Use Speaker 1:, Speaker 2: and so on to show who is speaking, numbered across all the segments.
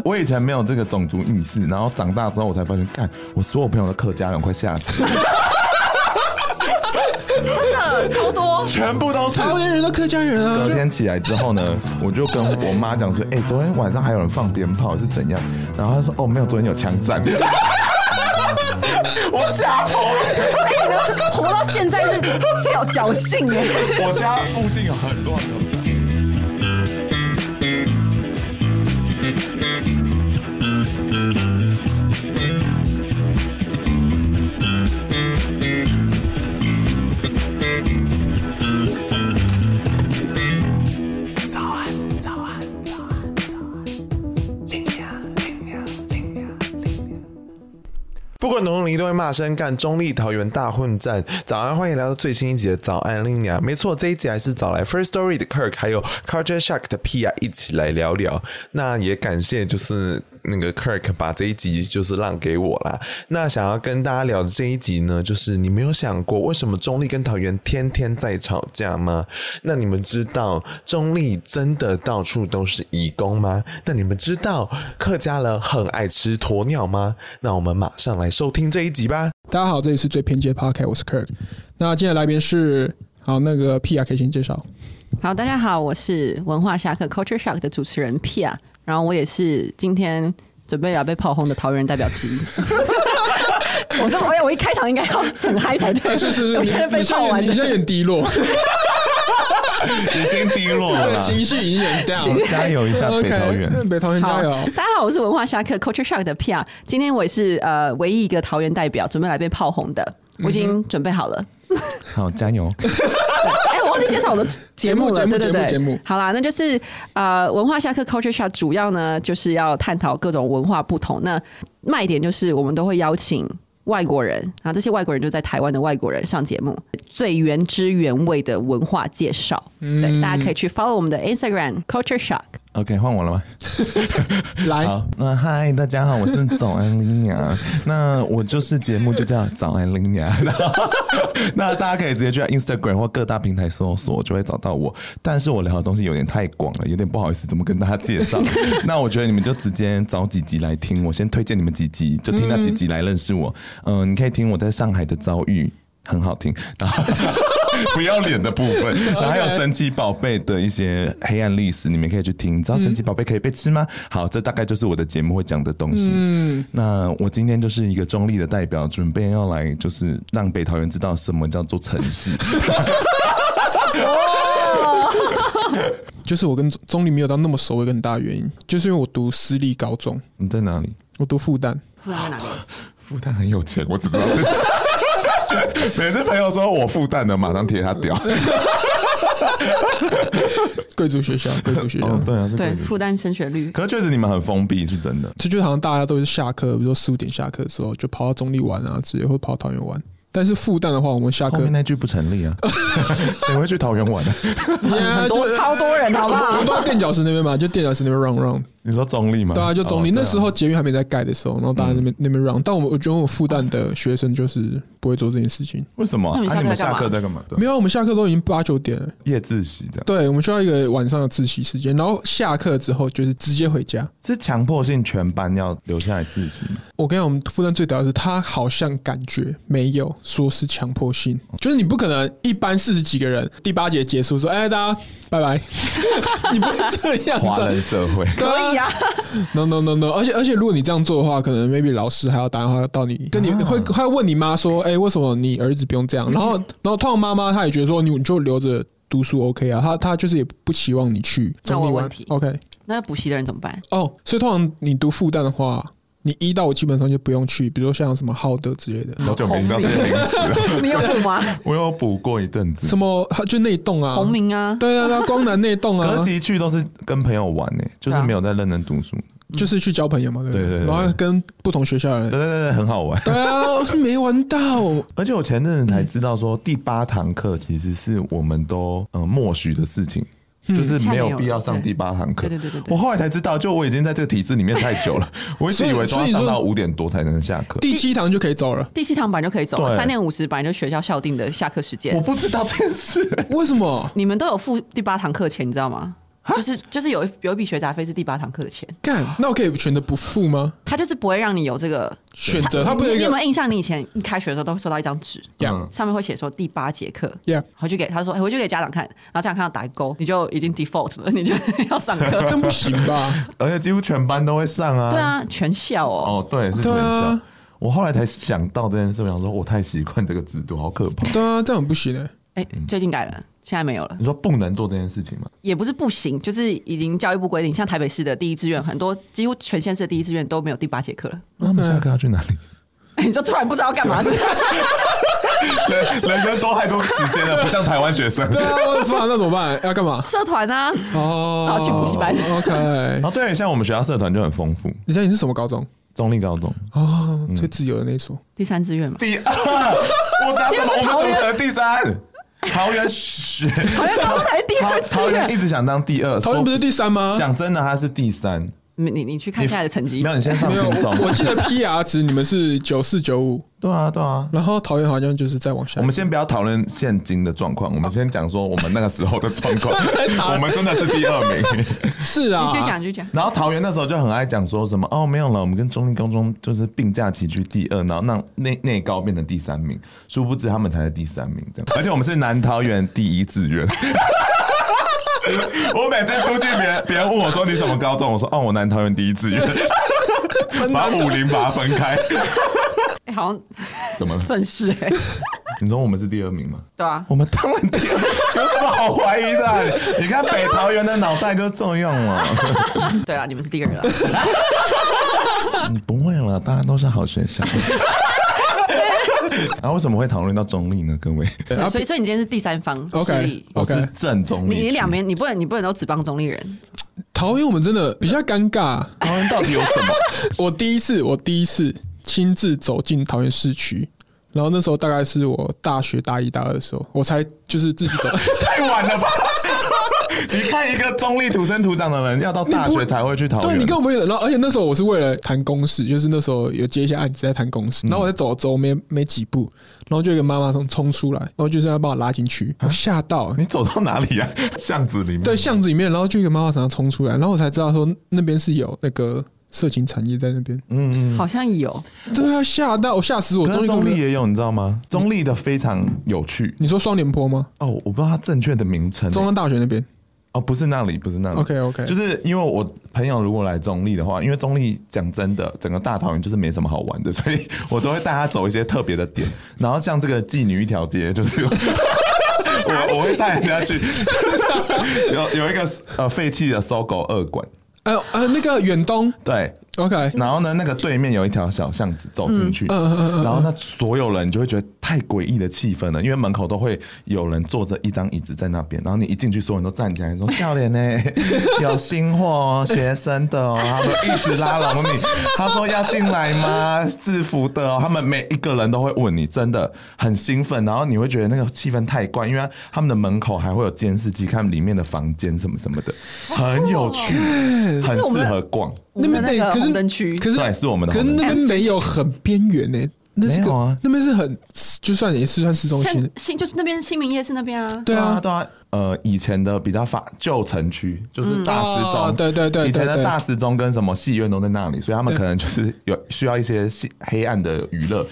Speaker 1: 我以前没有这个种族意识，然后长大之后我才发现，看我所有朋友的客家人快吓死了，
Speaker 2: 真的超多。
Speaker 1: 全部都是。
Speaker 3: 桃园人都客家人啊
Speaker 1: 隔，天起来之后呢，我就跟我妈讲说，哎、昨天晚上还有人放鞭炮是怎样？然后她说，哦，没有，昨天有枪 战。我吓疯了，
Speaker 2: 活到现在是叫侥幸哎。
Speaker 1: 我家附近有很乱的。
Speaker 4: 不管农民都会骂声干中立桃园大混战。早安，欢迎来到最新一集的早安林娘。没错，这一集还是找来 First Story 的 Kirk 还有 Culture Shock 的 Pia 一起来聊聊。那也感谢就是那个 Kirk 把这一集就是让给我啦。那想要跟大家聊的这一集呢，就是你没有想过为什么中立跟桃园天天在吵架吗？那你们知道中立真的到处都是移工吗？那你们知道客家人很爱吃鸵鸟吗？那我们马上来收听这一集吧。
Speaker 3: 大家好，这里是最偏激的 Podcast，我是 Kirk。那今天的来宾是好那个 P 啊，可以先介绍。
Speaker 2: 好，大家好，我是文化侠客 Culture Shock 的主持人 Pia，然后我也是今天准备要被炮轰的桃园代表之一。 我说，哎我我一开场应该要很嗨才对，
Speaker 3: 哎 是是是，
Speaker 2: 我
Speaker 3: 你
Speaker 2: 现在被
Speaker 3: 你现在
Speaker 2: 炮
Speaker 3: 有
Speaker 2: 完
Speaker 3: 你
Speaker 2: 的
Speaker 3: 现在有点低落，
Speaker 1: 已经低落
Speaker 3: 对
Speaker 1: 了啦，
Speaker 3: 情绪已经有点 down。
Speaker 1: 加油一下北桃园
Speaker 3: OK，北桃园
Speaker 2: 好
Speaker 3: 加油，！
Speaker 2: 大家好，我是文化侠客 Culture Shock 的 Pia，今天我也是呃唯一一个桃园代表，准备来被炮轰的，我已
Speaker 3: 嗯
Speaker 2: 经准备好了。
Speaker 1: 好加油！
Speaker 2: 哎、我忘记介绍我的节目了，
Speaker 3: 节目
Speaker 2: 对对对，
Speaker 3: 节目节目
Speaker 2: 好啦，那就是呃，文化下课 Culture Shop 主要呢就是要探讨各种文化不同。那卖点就是我们都会邀请外国人，然后这些外国人就在台湾的外国人上节目，最原汁原味的文化介绍。
Speaker 3: 嗯
Speaker 2: 对，大家可以去 follow 我们的 Instagram Culture Shock。
Speaker 1: OK，换我了吗？
Speaker 3: 来，
Speaker 1: 好，那嗨，大家好，我是早安林娘。那我就是节目就叫早安林娘。 那大家可以直接去 Instagram 或各大平台搜索，就会找到我。但是我聊的东西有点太广了，有点不好意思怎么跟大家介绍。那我觉得你们就直接找几集来听，我先推荐你们几集，就听那几集来认识我。嗯、你可以听我在上海的遭遇，很好听。然后 不要脸的部分，然后还有神奇宝贝的一些黑暗历史，你们可以去听。你知道神奇宝贝可以被吃吗？好，这大概就是我的节目会讲的东西。
Speaker 3: 嗯，
Speaker 1: 那我今天就是一个中立的代表，准备要来就是让北桃园知道什么叫做城 市。
Speaker 3: 就是我跟中中立没有到那么熟，一个很大的原因，就是因为我读私立高中，
Speaker 1: 你在哪里？
Speaker 3: 我读复旦，
Speaker 2: 不知道在哪里
Speaker 1: 复旦很有钱，我只知道这。 每次朋友说我复旦的，马上贴他屌。
Speaker 3: 贵 族学校，贵族学校
Speaker 1: 哦，。对啊，是
Speaker 2: 对
Speaker 1: 贵，族
Speaker 2: 复旦升学率。
Speaker 1: 可是确实你们很封闭，是真的。
Speaker 3: 这就好像大家都是下课，比如说四五点下课的时候，就跑到中立玩啊，直接会跑到桃园玩。但是复旦的话，我们下
Speaker 1: 后
Speaker 3: 课
Speaker 1: 面那句不成立 啊，谁会去桃园玩啊？
Speaker 3: 很
Speaker 2: 很多超多人好不好
Speaker 3: 我们都在垫脚石那边嘛，就垫脚石那边 round round。
Speaker 1: 你说中立吗？
Speaker 3: 对啊，就中立、
Speaker 1: 哦嗯
Speaker 3: 那时，候捷运还没在盖的时候，然后大家那边、那边 round。但我们我觉得我复旦的学生就是不会做这件事情。
Speaker 1: 对啊为什么啊？
Speaker 2: 那你
Speaker 1: 啊你们
Speaker 2: 下
Speaker 1: 下
Speaker 2: 课
Speaker 1: 课在干嘛？对啊
Speaker 3: 没有啊，我们下课都已经八九点了。
Speaker 1: 夜自习的，
Speaker 3: 对，我们需要一个晚上的自习时间，然后下课之后就是直接回家。
Speaker 1: 是强迫性全班要留下来自 习吗。
Speaker 3: 我跟你讲，我们复旦最屌的是，他好像感觉没有说是强迫性，
Speaker 1: 嗯
Speaker 3: 就是你不可能一班四十几个人，第八节结束说，哎、大家拜拜， 你不是这样
Speaker 1: 华
Speaker 3: 子。
Speaker 1: 人社会，
Speaker 2: 可以啊，
Speaker 3: No no no no，而且而且，如果你这样做的话，可能 maybe 老师还要打电话到你，跟你
Speaker 1: 啊
Speaker 3: 会会问你妈说，哎、为什么你儿子不用这样？然后 然后，通常妈妈她也觉得说，你你就留着读书 OK 啊，她她就是也不期望你去
Speaker 2: 那我
Speaker 3: 中立
Speaker 2: 有
Speaker 3: 玩
Speaker 2: 问题
Speaker 3: OK
Speaker 2: 那补习的人怎么办？
Speaker 3: 哦，所以通常你读复旦的话，你一到五基本上就不用去，比如说像什么浩德之类的，
Speaker 2: 嗯
Speaker 1: 好久没听到这些名词了。
Speaker 2: 你有补吗？
Speaker 1: 我有补过一阵子，
Speaker 3: 什么就那一栋 啊，
Speaker 2: 洪明啊，
Speaker 3: 对啊，对啊，光南那一 栋
Speaker 1: 隔
Speaker 3: 啊，
Speaker 1: 级去都是跟朋友玩呢，就是
Speaker 2: 啊
Speaker 1: 没有在认真读书。
Speaker 3: 就是去交朋友嘛，对不
Speaker 1: 对对对
Speaker 3: 然后跟不同学校的
Speaker 1: 对
Speaker 3: 人，
Speaker 1: 对对，对很好 玩。
Speaker 3: 对啊，没玩 到，
Speaker 1: 而且我前阵子才知道，说第八堂课其实是我们都呃默许的事情，
Speaker 2: 嗯
Speaker 1: 就是没有必要上第八堂课
Speaker 2: 对。对对对对
Speaker 1: 我。后来才知道，就我已经在这个体制里面太久了，我一直以为都
Speaker 3: 所
Speaker 1: 要
Speaker 3: 以所以说
Speaker 1: 上到五点多才能下课。
Speaker 3: 第七堂就可以走了。
Speaker 2: 第七堂本来就可以走了，
Speaker 1: 对
Speaker 2: 三点五十本来就学校校定的下课时间
Speaker 1: 我。不知道这件事，
Speaker 3: 为什么？
Speaker 2: 你们都有付第八堂课钱，你知道吗？就是就是有一有一笔学杂费是第八堂课的钱，
Speaker 3: 干，那我可以选择不付吗？
Speaker 2: 他就是不会让你有这个
Speaker 3: 选择，它不是一
Speaker 2: 你有
Speaker 3: 个
Speaker 2: 没有印象？你以前一开学的时候都会收到一张纸，
Speaker 3: 呀
Speaker 2: 上面会写说第八节课，
Speaker 3: 呀，
Speaker 2: 回去给他说，哎回去给家长看，然后家长看到打一勾，你就已经 default 了， 你就要上课。
Speaker 3: 这样不行吧？
Speaker 1: 而且几乎全班都会上啊。
Speaker 2: 对，啊，全校
Speaker 1: 哦，
Speaker 2: 哦，
Speaker 1: 对，是全
Speaker 3: 对啊
Speaker 1: 校。我后来才想到这件事，我想说，我太习惯这个制度，好可怕。
Speaker 3: 对啊，这样很不行哎、
Speaker 2: 哎，最近改了，现在没有了，
Speaker 1: 你说不能做这件事情吗？
Speaker 2: 也不是不行，就是已经教育部规定，像台北市的第一志愿，很多几乎全县市的第一志愿都没有第八节课了。
Speaker 1: 那他们下课要去哪里？
Speaker 2: 哎，你就突然不知道干嘛是不是？
Speaker 1: 人 人生多太多时间了，不像台湾学生。
Speaker 3: 对 啊，我的妈那怎么办？要干嘛？
Speaker 2: 社团啊，
Speaker 3: 哦，
Speaker 2: 然后去补习班
Speaker 3: OK，
Speaker 1: 哦，对，像我们学校社团就很丰富，
Speaker 3: 你在你是什么高中？
Speaker 1: 中立高中。
Speaker 3: 哦，最自由的那所。
Speaker 2: 第三志愿嘛，
Speaker 1: 第二， 我打怎么我们怎么可能第三？桃园是
Speaker 2: 好像刚才第
Speaker 1: 桃
Speaker 2: 二
Speaker 1: 桃
Speaker 2: 志
Speaker 1: 园一
Speaker 2: 愿。
Speaker 1: 直想当第二，
Speaker 3: 桃园不是第三吗？
Speaker 1: 讲真的，他是第三。
Speaker 2: 你你你去看现在的成绩
Speaker 1: 没，有，你先放
Speaker 3: 没有，
Speaker 1: 轻松。
Speaker 3: 我记得 PR 值你们是九四九五，
Speaker 1: 对啊，对啊。
Speaker 3: 然后桃园好像就是再往下。
Speaker 1: 我们先不要讨论现今的状况，我们先讲说我们那个时候的状况
Speaker 3: 查。了
Speaker 1: 我们 真的是第二名。
Speaker 3: 是啊，
Speaker 2: 你去讲，你去讲。
Speaker 1: 然后桃园那时候就很爱讲说什么哦，没有了，我们跟中立高中就是并驾齐驱第二，然后让内内高变成第三名，殊不知他们才是第三名这样。而且我们是南桃园第一志愿。我每次出去，别人别人问我说你什么高中，我说哦，我南桃园第一志愿， 把五零把它分开，
Speaker 2: 哎、好像
Speaker 1: 怎么了？
Speaker 2: 正式哎、
Speaker 1: 你说我们是第二名吗？
Speaker 2: 对啊，
Speaker 1: 我们当然第二，有什么好怀疑的？ 你看北桃园的脑袋就这样了。
Speaker 2: 对啊，你们是第二了，
Speaker 1: 嗯 不会了，大家都是好学 校。啊，为什么会讨论到中立呢？各位，
Speaker 3: 对
Speaker 2: 对
Speaker 3: 啊
Speaker 2: 所以所以你今天是第三方势
Speaker 3: OK
Speaker 2: 力。
Speaker 1: 我
Speaker 3: OK
Speaker 1: 是。正中立
Speaker 2: 你
Speaker 1: 区。
Speaker 2: 你两边你不能你不能都只帮中立人，
Speaker 3: 桃园我们真的比较尴尬。
Speaker 1: 讨论到底有什么？
Speaker 3: 我第一次，我第一次亲自走进桃园市区，然后那时候大概是我大学大一大二的时候，我才就是 自己走。
Speaker 1: 太晚 了吧？你看一个中立土生土长的人，要到大学才会去桃
Speaker 3: 对
Speaker 1: 园。
Speaker 3: 你跟我们有点，然后而且那时候我是为了谈公事，就是那时候有接一些案子在谈公事，然后我
Speaker 1: 嗯
Speaker 3: 在走走没没几步，然后就有一个妈妈从冲出来，然后就是要把我拉进去，
Speaker 1: 啊
Speaker 3: 我吓到、欸
Speaker 1: 你走到哪里啊？ 巷子里面。
Speaker 3: 对，巷子里面，然后就有一个妈妈常常冲出来，然后我才知道说那边是有那个色情产业在那边。
Speaker 1: 嗯嗯。
Speaker 2: 好像有
Speaker 3: 对啊，吓到我吓死我！
Speaker 1: 可
Speaker 3: 中
Speaker 1: 是
Speaker 3: 立
Speaker 1: 中
Speaker 3: 公
Speaker 1: 立嗯
Speaker 3: 园，
Speaker 1: 也有，你知道吗？中立的非常有趣
Speaker 3: 你说双联坡吗？
Speaker 1: 哦，我不知道它正确的名称欸。
Speaker 3: 中央大学那边
Speaker 1: 哦，不是那里，不是那里。
Speaker 3: ？OK OK，
Speaker 1: 就是因为我朋友如果来中立的话，因为中立讲真的，整个大桃园就是没什么好玩的，所以我都会带他走一些特别的点。然后像这个妓女一条街，就是我我会带人家去， 有有一个呃废弃的搜狗二馆，
Speaker 3: 呃呃，那个远东
Speaker 1: 对，
Speaker 3: ，OK，
Speaker 1: 然后呢，那个对面有一条小巷子走进去，
Speaker 3: 嗯嗯嗯嗯
Speaker 1: 然后那所有人就会觉得太诡异的气氛了，因为门口都会有人坐着一张椅子在那边，然后你一进去，所有人都站起来说：“笑 脸呢，有新货哦，学生的哦。”他们一直拉拢你，他说要进来吗？制服的哦，他们每一个人都会问你，真的很兴奋，然后你会觉得那个气氛太怪，因为他们的门口还会有监视器看里面的房间什么什么的，很有趣，
Speaker 3: 哦
Speaker 1: 很
Speaker 2: 我们
Speaker 1: 适
Speaker 2: 的
Speaker 1: 合逛。
Speaker 2: 我们的
Speaker 3: 那边
Speaker 2: 那
Speaker 3: 哎
Speaker 2: 个
Speaker 3: 可是
Speaker 2: 红灯区，
Speaker 3: 可是
Speaker 1: 对是我们的
Speaker 3: 可是
Speaker 1: 红
Speaker 3: 那
Speaker 1: 灯
Speaker 3: 边没有很边缘呢，那是
Speaker 1: 没
Speaker 3: 个
Speaker 1: 有啊
Speaker 3: 那边是很就算也是算市中心
Speaker 2: 像
Speaker 3: 的，
Speaker 2: 新就是那边新民夜市那边啊，
Speaker 3: 对啊，
Speaker 1: 对啊，呃，以前的比较法旧城区，就是大时钟、
Speaker 3: 哦对对对
Speaker 1: 以前
Speaker 3: 对
Speaker 1: 的
Speaker 3: 对
Speaker 1: 大时钟跟什么戏院都在那里，所以他们
Speaker 3: 对
Speaker 1: 可能就是有需要一些戏黑暗的娱乐，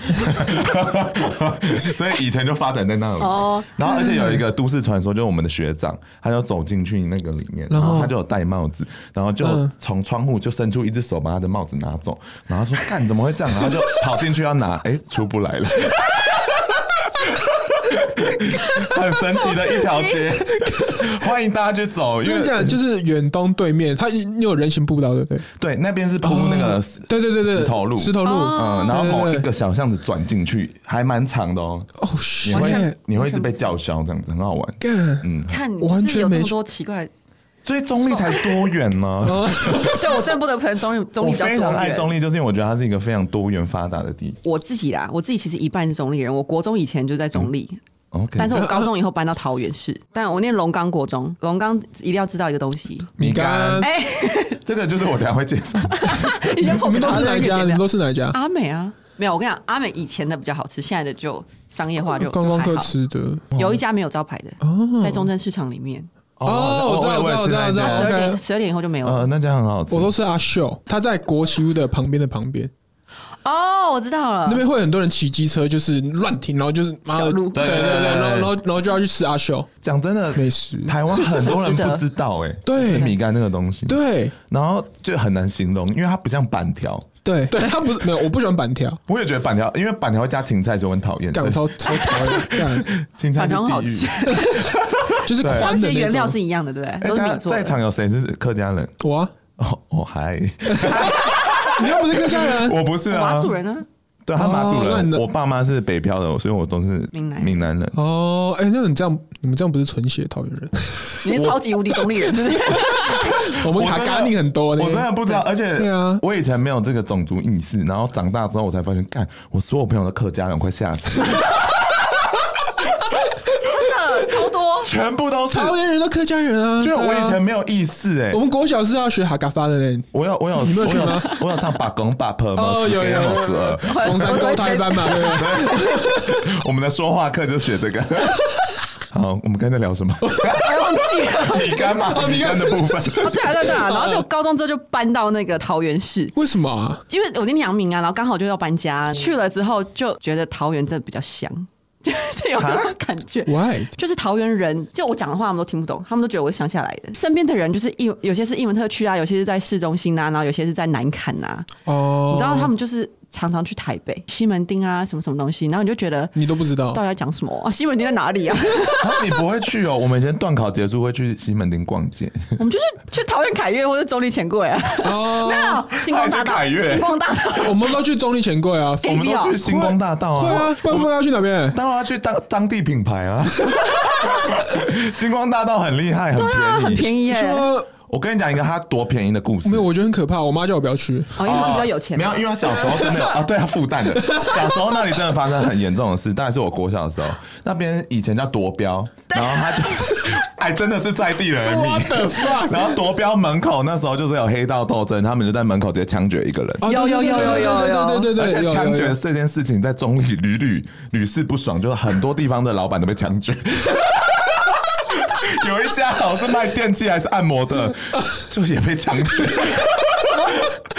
Speaker 1: 所以以前就发展在那里。
Speaker 2: 哦
Speaker 1: 然后而且有一个都市传说，就是我们的学长，他就走进去那个里面，然
Speaker 3: 然后
Speaker 1: 后他就有戴帽子，然后就
Speaker 3: 嗯
Speaker 1: 从窗户就伸出一只手把他的帽子拿走，然后他说干怎么会这样，然后就跑进去要拿，哎、出不来了。很神奇的一条 街，欢迎大家去走，因
Speaker 3: 就是
Speaker 1: 为
Speaker 3: 讲就是远东对面，它你有人行步道对不对？
Speaker 1: 对那边是铺那个石
Speaker 3: 哦对对对对，
Speaker 1: 石头路，
Speaker 3: 石头路，
Speaker 2: 哦
Speaker 1: 嗯，然后某
Speaker 3: 对
Speaker 1: 一
Speaker 3: 对对
Speaker 1: 个小巷子转进去，还蛮长的哦，
Speaker 3: 哦，
Speaker 1: 你
Speaker 2: 完
Speaker 1: 会
Speaker 2: 全
Speaker 3: shit，
Speaker 1: 你会一直被叫嚣，这样子很好玩。
Speaker 3: 干，
Speaker 1: 嗯，
Speaker 2: 看
Speaker 3: 我
Speaker 2: 就
Speaker 3: 完
Speaker 2: 是
Speaker 3: 全
Speaker 2: 有这
Speaker 3: 没
Speaker 2: 么多奇怪的，
Speaker 1: 所以中立才多元呢。
Speaker 3: 哦，
Speaker 2: 对我真的不得不承认中立中
Speaker 1: 我
Speaker 2: 立比较
Speaker 1: 非常爱
Speaker 2: 多
Speaker 1: 中
Speaker 2: 元。
Speaker 1: 立，就是因为我觉得它是一个非常多元发达的地。
Speaker 2: 我自己啦，我自己其实一半是中立人，我国中以前就在中立，
Speaker 1: OK，
Speaker 2: 但是我高中以后搬到桃园 市，但我念龙岗国中，龙岗一定要知道一个东西，
Speaker 3: 米干，
Speaker 2: 哎、
Speaker 1: 这个就是我等一下会介绍。
Speaker 2: 你先碰
Speaker 3: 你们都是哪一家？你们都是哪一家？
Speaker 2: 阿美啊，没有，我跟你讲，阿美以前的比较好吃，现在的就商业化就
Speaker 3: 哦观光
Speaker 2: 就还
Speaker 3: 客
Speaker 2: 好
Speaker 3: 吃的
Speaker 2: 有一家没有招牌的，
Speaker 3: 哦，
Speaker 2: 在中正市场里面，
Speaker 3: 哦，我知道，
Speaker 1: 也
Speaker 3: 我
Speaker 1: 也
Speaker 3: 知
Speaker 1: 吃
Speaker 3: 道，
Speaker 1: 那
Speaker 3: 我
Speaker 1: 一
Speaker 3: 知道
Speaker 1: 家
Speaker 2: 十二点
Speaker 3: OK，
Speaker 2: 十二点以后就没有
Speaker 1: 呃，
Speaker 2: 了。
Speaker 1: 那家很好吃。
Speaker 3: 我都是阿秀，他在国旗屋的旁边的旁边，
Speaker 2: 哦，我知道了
Speaker 3: 那。边会很多人骑机车，就是乱停，然后就是妈
Speaker 2: 小
Speaker 3: 的，
Speaker 2: 路
Speaker 3: 对对对，然后然后然后就要去吃阿秀
Speaker 1: 讲真的，
Speaker 3: 美食，
Speaker 1: 台湾很多人
Speaker 2: 值得
Speaker 1: 不知道哎、
Speaker 3: 对
Speaker 1: 米干那个东西，，
Speaker 3: 对
Speaker 1: 然后就很难形容，因为它不像板条。
Speaker 3: 对对， 他不是没有，我不喜欢板条，
Speaker 1: 我也觉得板条，因为板条会加芹菜就很讨厌，
Speaker 3: 港
Speaker 1: 所
Speaker 3: 超超讨厌，干
Speaker 1: 以芹菜
Speaker 2: 反
Speaker 1: 是
Speaker 2: 正很好
Speaker 1: 地狱
Speaker 2: 吃，
Speaker 3: 就是
Speaker 2: 它
Speaker 3: 宽
Speaker 2: 其
Speaker 3: 的
Speaker 2: 实原料
Speaker 3: 那
Speaker 2: 是
Speaker 3: 种。
Speaker 2: 一样的，对不对？
Speaker 1: 哎
Speaker 2: 都是
Speaker 1: 大家
Speaker 2: 米
Speaker 3: 啊
Speaker 2: 做
Speaker 1: 在
Speaker 2: 的。
Speaker 1: 场有谁是客家人？
Speaker 3: 我啊，
Speaker 1: 哦哦， 还
Speaker 3: 你又不是客家 人，
Speaker 1: 我不是啊，
Speaker 2: 马祖人呢？
Speaker 1: 对啊他马祖
Speaker 3: 哦那你
Speaker 1: 人，
Speaker 3: 的
Speaker 1: 我爸妈是北漂的，所以我都是
Speaker 2: 闽南
Speaker 1: 闽南人。
Speaker 3: 哦，哎，那你这样你们这样不是纯血桃园人？
Speaker 2: 你是超级无敌中立人，是不是？
Speaker 3: 我们
Speaker 1: 我真
Speaker 3: 卡
Speaker 1: 的
Speaker 3: 嘎宁很多呢，
Speaker 1: 我真的不知道，而且
Speaker 3: 对啊
Speaker 1: 我以前没有这个种族意识，然后长大之后我才发现，干，我所有朋友的客家人快吓死 了，
Speaker 2: 真的超多。
Speaker 1: 全部都是，
Speaker 3: 桃园人都客家人啊，
Speaker 1: 就是我
Speaker 3: 对啊
Speaker 1: 以前没有意识哎、
Speaker 3: 我们国小是要学哈嘎发的嘞，
Speaker 1: 我有我有我
Speaker 3: 你没有
Speaker 1: 有
Speaker 3: 去吗
Speaker 1: 我有唱把公把婆吗？
Speaker 3: 哦，有有有，
Speaker 1: 好
Speaker 3: 有中山高差一班嘛，对不对？
Speaker 1: 我们的说话课就学这个。好，我们刚才在聊什么？
Speaker 2: 还忘记了。
Speaker 1: 米干嘛？ 米干的部分。
Speaker 2: 哦，对啊，对啊对啊，然后就高中之后就搬到那个桃园市，
Speaker 3: 为什么啊？
Speaker 2: 因为我念阳明啊，然后刚好就要搬家，去了之后就觉得桃园真的比较香， 就是有那种感觉。
Speaker 3: ？Why？
Speaker 2: 就是桃园人，就我讲的话他们都听不懂，他们都觉得我是乡下来的。身边的人就是一有些是英文特区啊，有些是在市中心啊，然后有些是在南坎啊。
Speaker 3: 哦，
Speaker 2: 你知道他们就是常常去台北、西门町啊，什么什么东西，然后你就觉得
Speaker 3: 你都不知道
Speaker 2: 到底在讲什么啊？西门町在哪里啊？
Speaker 1: 啊你不会去哦？我们以前段考结束会去西门町逛街，
Speaker 2: 我们就是去桃园凯悦或者中立钱柜啊，没
Speaker 3: 哦？
Speaker 2: 有 星光大道
Speaker 1: 还是凯，悦
Speaker 2: 星光大道。
Speaker 3: 我们都去中立钱柜 啊，
Speaker 1: 我们都去星光大道
Speaker 3: 会
Speaker 1: 啊
Speaker 3: 啊，。不然不然要去哪边？
Speaker 1: 当然要去当当地品牌啊。星光大道很厉害，很
Speaker 2: 啊，很
Speaker 1: 便宜。
Speaker 2: 便宜耶、
Speaker 3: 说
Speaker 1: 我跟你讲一个它多便宜的故事
Speaker 3: 没。有，我觉得很可怕，我妈叫我不要去。
Speaker 2: 哦，因为他们比较有钱、
Speaker 1: 没有，因为他小时候真的有啊，对他复旦 的，小时候那里真的发生很严重的事，大概是我国小的时候，那边以前叫夺标，然后他 就，哎，真的是在地人民。
Speaker 3: the fuck？
Speaker 1: 然后夺标门口那时候就是有黑道斗争，他们就在门口直接枪决一个人，
Speaker 3: 哦，对
Speaker 2: 有有有有有有
Speaker 3: 对对对
Speaker 1: 而
Speaker 3: 对对
Speaker 1: 且
Speaker 3: 对，
Speaker 1: 枪
Speaker 3: 有有
Speaker 1: 决
Speaker 3: 有
Speaker 1: 这件事情在中立屡屡屡试不爽，就是很多地方的老板都被枪决。 有一家好像是卖电器还是按摩的，就也被枪决。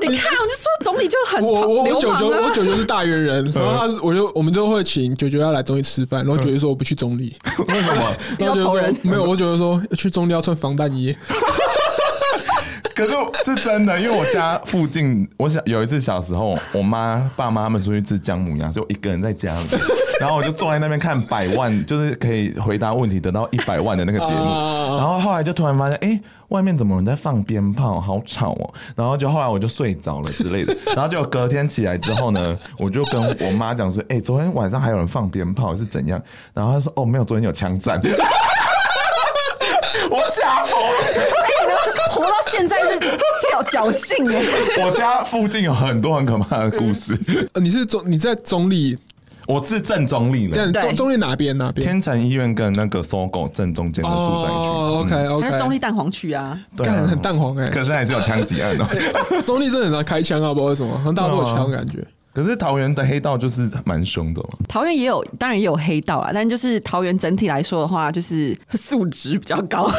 Speaker 2: 你看，我就说总理就很
Speaker 3: 我我我
Speaker 2: 流
Speaker 3: 九
Speaker 2: 氓
Speaker 3: 九
Speaker 2: 啊
Speaker 3: 我九九是大园人，然后他是我就我们就会请九九要来中立吃饭，然后九九说我不去中立，
Speaker 1: 为什么？
Speaker 3: 然
Speaker 2: 要
Speaker 3: 后九
Speaker 2: 仇
Speaker 3: 九
Speaker 2: 人
Speaker 3: 说没有，我九九说哎去中立要穿防弹衣，
Speaker 1: 可是是真的，因为我家附近，我想有一次小时候，我妈爸妈他们出去吃姜母鸭，就一个人在家里，然后我就坐在那边看百万，就是可以回答问题得到一百万的那个节目
Speaker 3: 啊，
Speaker 1: 然后后来就突然发现，哎、外面怎么有人在放鞭炮，好吵哦！然后就后来我就睡着了之类的，然后就隔天起来之后呢，我就跟我妈讲说，哎、昨天晚上还有人放鞭炮是怎样？然后她说，哦，没有，昨天有枪战。我吓疯了。
Speaker 2: 活到现在是侥侥幸耶，
Speaker 1: 我家附近有很多很可怕的故 事，
Speaker 3: 呃你是中你在中立，
Speaker 1: 我是正中立的，
Speaker 3: 但
Speaker 2: 对
Speaker 3: 中中立哪边哪边？
Speaker 1: 天成医院跟那个搜狗正中间的住宅区。
Speaker 3: 哦，OK
Speaker 1: 嗯
Speaker 3: OK，
Speaker 2: 是中立蛋黄区啊，
Speaker 1: 对啊
Speaker 3: 干很蛋黄哎，
Speaker 1: 可是还是有枪击 案哦。
Speaker 3: 中立真的很常开枪啊，不知道为什么，好像大家都有枪的感觉。
Speaker 1: 可是桃园的黑道就是蛮凶的嘛，
Speaker 2: 桃园也有，当然也有黑道啊，但就是桃园整体来说的话，就是素质比较高。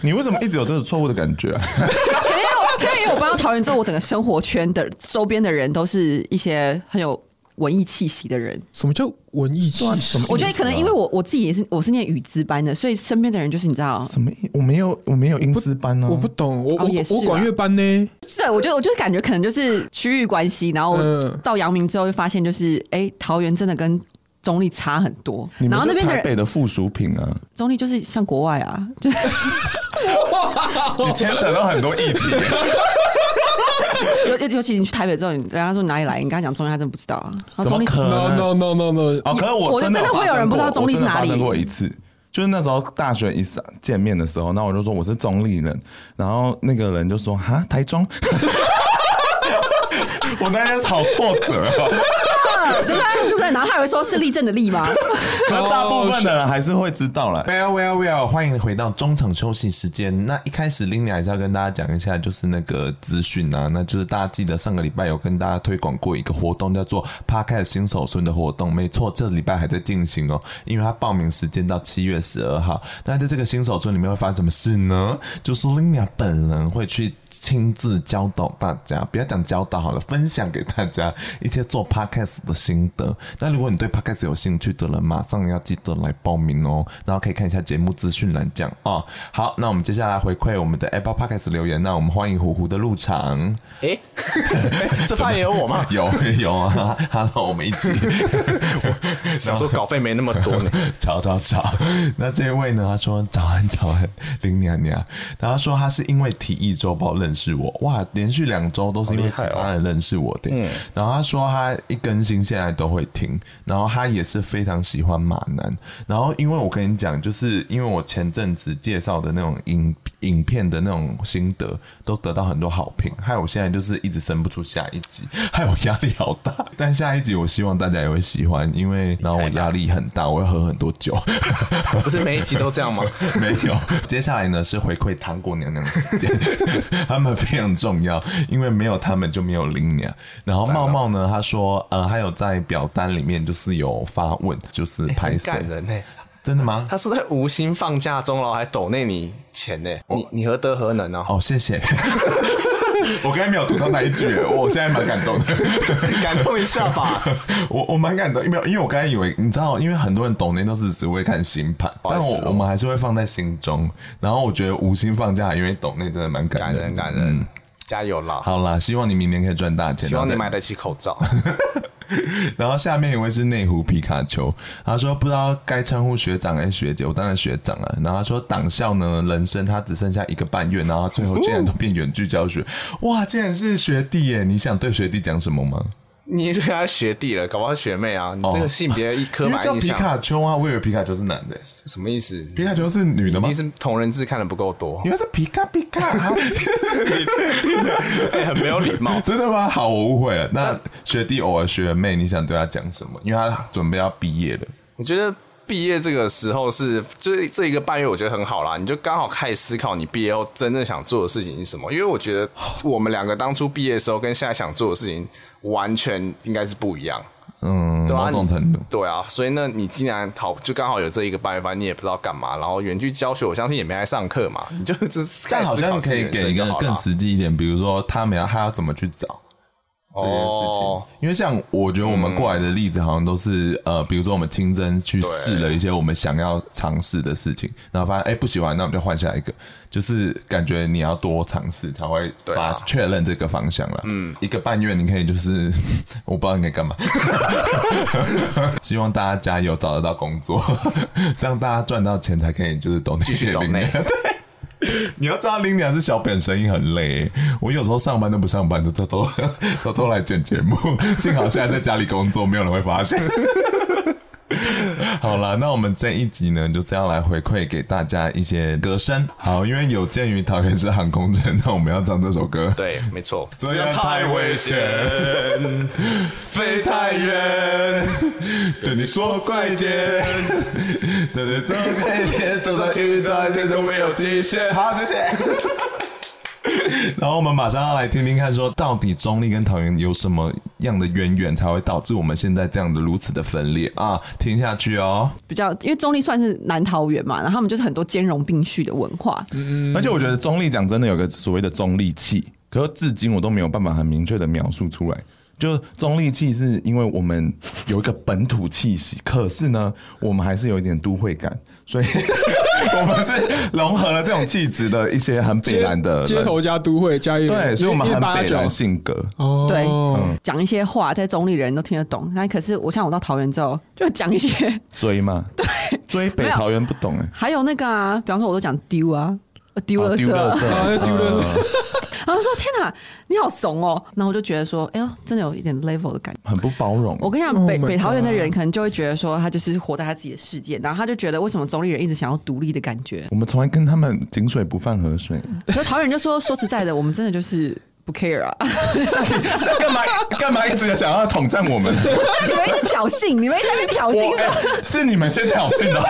Speaker 1: 你为什么一直有这种错误的感觉啊？
Speaker 2: 可能因为我可能因为我搬到桃园之后，我整个生活圈的周边的人都是一些很有。文艺气息的人，
Speaker 3: 什么叫文艺
Speaker 1: 啊
Speaker 3: 气息？
Speaker 2: 我觉得可能因为我我自己也是我是念语资班的，所以身边的人就是你知道，
Speaker 1: 什么意？我没有，我没有英资班哦。
Speaker 3: 我不懂，我
Speaker 2: 哦也是
Speaker 3: 我
Speaker 2: 啊
Speaker 3: 我管乐班呢，
Speaker 2: 对，啊我就我就感觉可能就是区域关系，然后
Speaker 1: 哦
Speaker 3: 嗯
Speaker 2: 到阳明之后就发现就是，哎、桃园真的跟中立差很多，
Speaker 1: 你
Speaker 2: 然
Speaker 1: 们
Speaker 2: 后那
Speaker 1: 就
Speaker 2: 边的
Speaker 1: 台
Speaker 2: 人
Speaker 1: 北的附属品啊，
Speaker 2: 中立就是像国外啊， 就
Speaker 1: 你牵扯到很多议题。
Speaker 2: 尤尤尤其你去台北之后，你人家说你哪里来，你跟他讲中立，他真的不知道啊，然后
Speaker 1: 怎
Speaker 2: 中
Speaker 1: 么
Speaker 2: 立
Speaker 1: 可能
Speaker 3: no no no no no，
Speaker 1: 哦，可是
Speaker 2: 我
Speaker 1: 我
Speaker 2: 就
Speaker 1: 真的
Speaker 2: 真的会有人不知道
Speaker 1: 发生过
Speaker 2: 中立是哪里
Speaker 1: 我真的发生过一次，就是那时候大学一上见面的时候，那我就说我是中立人，然后那个人就说哈台中， 我那天好挫折哦。
Speaker 2: 对不啊 对？对不对？然后他还会说是立正的立 吗？
Speaker 1: 那大部分的人还是会知道了。
Speaker 4: Well, well, well！欢迎回到中场休息时间。那一开始 l i n a 还是要跟大家讲一下，就是那个资讯啊，那就是大家记得上个礼拜有跟大家推广过一个活动，叫做 Podcast 新手村的活动。没错，这礼拜还在进行哦，因为它报名时间到七月十二号。那在这个新手村里面会发生什么事呢？就是 l i n a 本人会去亲自教导大家，不要讲教导好了，分享给大家一些做 Podcast 的心得。那如果你对 Podcast 有兴趣的人，马上要记得来报名哦。然后可以看一下节目资讯栏讲哦。好，那我们接下来回馈我们的 Apple Podcast 留言，那我们欢迎虎虎的入场。
Speaker 5: 哎，这发也有 我吗？
Speaker 4: 有有啊，Hello，我们一 起。
Speaker 5: 想说稿费没那么多 呢。
Speaker 4: 吵吵吵！那这位呢？他说早安早安，林娘娘。然后他说他是因为《体育周报》认识我，哇，连续两周都是因为其他人认识我的。然后他说他一更新现在都会听，然后他也是非常喜欢马男。然后因为我跟你讲，就是因为我前阵子介绍的那种影影片的那种心得，都得到很多好评，害我现在就是一直生不出下一集，害我压力好大。但下一集我希望大家也会喜欢，因为然后我压力很大，我会喝很多酒。
Speaker 5: 不是每一集都这 样吗？
Speaker 4: 没有。接下来呢是回馈糖果娘娘的时间， 他们非常重要，因为没有他们就没有林娘。然后茂茂呢，他说呃，还有在表单里面就是有发问，就是拍
Speaker 5: 哎很
Speaker 4: 谁、
Speaker 5: 感人呢。
Speaker 4: 欸真的吗？
Speaker 5: 他是在无薪放假中，然后还抖内你钱呢，你你何德何能啊？
Speaker 4: 哦，谢谢。 我刚才没有读到那一句，我现在蛮感动的。
Speaker 5: 感动一下 吧。
Speaker 4: 我我蛮感动，因为因为我刚才以为你知道，因为很多人懂内都是只会看星盘，
Speaker 5: 不好
Speaker 4: 但
Speaker 5: 意思
Speaker 4: 我我们还哦是会放在心中。然后我觉得无心放假，因为懂内真的蛮感
Speaker 5: 感
Speaker 4: 人
Speaker 5: 人感
Speaker 4: 嗯
Speaker 5: 人，加油啦！
Speaker 4: 好啦，希望你明年可以赚大钱。
Speaker 5: 希望你
Speaker 4: 然后再
Speaker 5: 买得起口罩。
Speaker 4: 然后下面一位是内湖皮卡丘，他说不知道该称呼学长还是学姐，我当然学长啊。然后他说党校呢，人生他只剩下一个半月，然后他最后竟然都变远距教学，哇，竟然是学弟耶！你想对学弟讲什么吗？
Speaker 5: 你是他学弟了，搞不好学妹啊！你这个性别一刻
Speaker 4: 哦因为
Speaker 5: 板
Speaker 4: 叫
Speaker 5: 印
Speaker 4: 皮
Speaker 5: 象
Speaker 4: 卡丘啊，我以为皮卡丘是男的，
Speaker 5: 什么意思？
Speaker 4: 皮卡丘是女的吗
Speaker 5: 你？是同人志看的不够多
Speaker 4: 因，为是皮卡皮卡，
Speaker 5: 哎，很没有礼貌。
Speaker 4: 真的吗？好，我误会了。那学弟偶尔学妹，你想对他讲什么？因为他准备要毕业了。
Speaker 5: 我觉得毕业这个时候是，就是这一个半月，我觉得很好啦。你就刚好开始思考你毕业后真正想做的事情是什么。因为我觉得我们两个当初毕业的时候跟现在想做的事情完全应该是不一样。
Speaker 4: 嗯，
Speaker 5: 对啊
Speaker 4: 某种程度
Speaker 5: 你。对啊，所以呢，你既然逃，就刚好有这一个办法，你也不知道干嘛，然后远距教学，我相信也没来上课嘛，你就 只是
Speaker 4: 但
Speaker 5: 开始
Speaker 4: 好
Speaker 5: 思考
Speaker 4: 像
Speaker 5: 自
Speaker 4: 可
Speaker 5: 己
Speaker 4: 以
Speaker 5: 人
Speaker 4: 给
Speaker 5: 生
Speaker 4: 一
Speaker 5: 就
Speaker 4: 个
Speaker 5: 好了
Speaker 4: 更实际一点，比如说他们要他要怎么去找这件事情。
Speaker 5: 哦
Speaker 4: 因为像我觉得我们过来的例子，好像都是、呃，比如说我们亲身去试了一些我们想要尝试的事情，然后发现哎、不喜欢，那我们就换下一个。就是感觉你要多尝试才会
Speaker 5: 对
Speaker 4: 发
Speaker 5: 啊
Speaker 4: 确认这个方向了。嗯，一个半月你可以就是 我不知道你可以干嘛，希望大家加油找得到工作， 这样大家赚到钱才可以就是懂
Speaker 5: 继续抖内
Speaker 4: 你要知道，林鸟是小本生意很累。我有时候上班都不上班，都 偷偷偷偷来剪节目。 幸好现在在家里工作，没有人会发现。 好了，那我们这一集呢，就是要来回馈给大家一些歌声。好，因为有鉴于桃园是航空城，那我们要唱这首歌。
Speaker 5: 对，没错，
Speaker 4: 这样太危险，飞太远，对你说再见，对对对，这一天就算遇到一天都没有极限。好，谢谢。然后我们马上要来听听看，说到底中立跟桃园有什么样的渊源，才会导致我们现在这样的如此的分裂啊？听下去哦。
Speaker 2: 比较因为中立算是南桃园嘛，然后他们就是很多兼容并蓄的文化，
Speaker 1: 而且我觉得中立讲真的有个所谓的中立气，可是至今我都没有办法很明确的描述出来。就中立气是因为我们有一个本土气息，可是呢，我们还是有一点都会感，所以我们是融合了这种气质的一些很北南的
Speaker 3: 街
Speaker 1: 人
Speaker 3: 头加都会加一
Speaker 1: 对，所以我们
Speaker 3: 一
Speaker 1: 很
Speaker 3: 八
Speaker 1: 北
Speaker 3: 九
Speaker 1: 南性格。
Speaker 3: 哦，
Speaker 2: 对讲一些话在中立人都听得懂。那可是我像我到桃园之后，就讲一些，
Speaker 1: 追嘛，对，追北
Speaker 2: 没有、
Speaker 1: 桃园不懂哎
Speaker 2: 还有那个啊，比方说我都讲丢啊，呃丢
Speaker 1: 好
Speaker 2: 了
Speaker 1: 哦丢
Speaker 2: 色啊，
Speaker 1: 垃圾
Speaker 3: 啊丢垃圾
Speaker 1: 嗯
Speaker 2: 然后说天哪，你好怂哦。然后我就觉得说，哎呦，真的有一点 level 的感觉。
Speaker 1: 很不包容。
Speaker 2: 我跟你讲，
Speaker 3: Oh
Speaker 2: 北
Speaker 3: my
Speaker 2: 北桃园的
Speaker 3: God
Speaker 2: 人可能就会觉得说，他就是活在他自己的世界，然后他就觉得为什么中立人一直想要独立的感觉？
Speaker 1: 我们从来跟他们井水不犯河水，
Speaker 2: 可是桃园就说，说实在的，我们真的就是不 care 啊，
Speaker 1: 干嘛干嘛一直想要统战我们？
Speaker 2: 你们一直挑衅，你们一直在那边挑
Speaker 1: 我
Speaker 2: 衅说。
Speaker 1: 哎是你们先挑衅 的，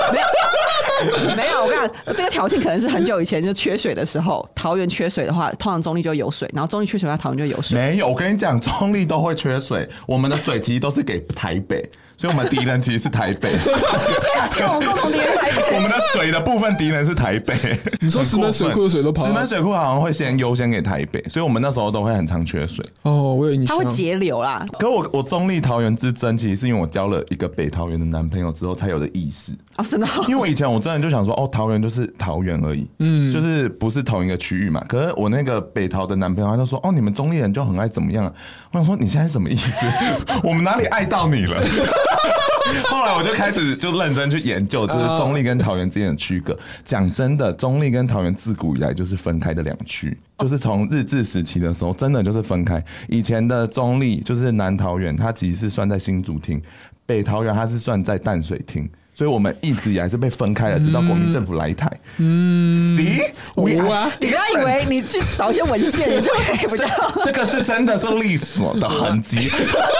Speaker 2: 没有，我跟你讲，这个挑衅可能是很久以前就缺水的时候，桃园缺水的话，通常中立就有水，然后中立缺水的话，桃园就有水。
Speaker 1: 没有。我跟你讲，中立都会缺水，我们的水其实都是给台北，所以我们敌人其实是台 北，
Speaker 2: 是我们共同敌人台
Speaker 1: 我们的水的部分敌人是台北。
Speaker 3: 你说
Speaker 1: 很
Speaker 3: 石门
Speaker 1: 过分
Speaker 3: 水库的水都跑到
Speaker 1: 石门水库好像会先优先给台北，所以我们那时候都会很常缺水。
Speaker 3: 哦，我有印
Speaker 2: 它
Speaker 3: 象。
Speaker 2: 会截流啦。
Speaker 1: 可我我中立桃园之争，其实是因为我交了一个北桃园的男朋友之后才有的意识。
Speaker 2: 哦，真的哦、
Speaker 1: 因为我以前我真的就想说，哦，桃园就是桃园而已，嗯，就是不是同一个区域嘛。可是我那个北桃的男朋友他就说，哦，你们中立人就很爱怎么样、啊？我想说你现在是什么意思？ 我们哪里爱到你了？ 后来我就开始就认真去研究，就是中立跟桃园之间的区隔。讲真的，中立跟桃园自古以来就是分开的两区，就是从日治时期的时候，真的就是分开。以前的中立就是南桃园，它其实是算在新竹厅；北桃园它是算在淡水厅。所以我们一直以来是被分开的，直到国民政府来台。嗯，See，We are
Speaker 3: 无啊
Speaker 2: 你 不要以为你去找一些文献，你就可以 比较。
Speaker 1: 这个是真的是历史的痕 迹。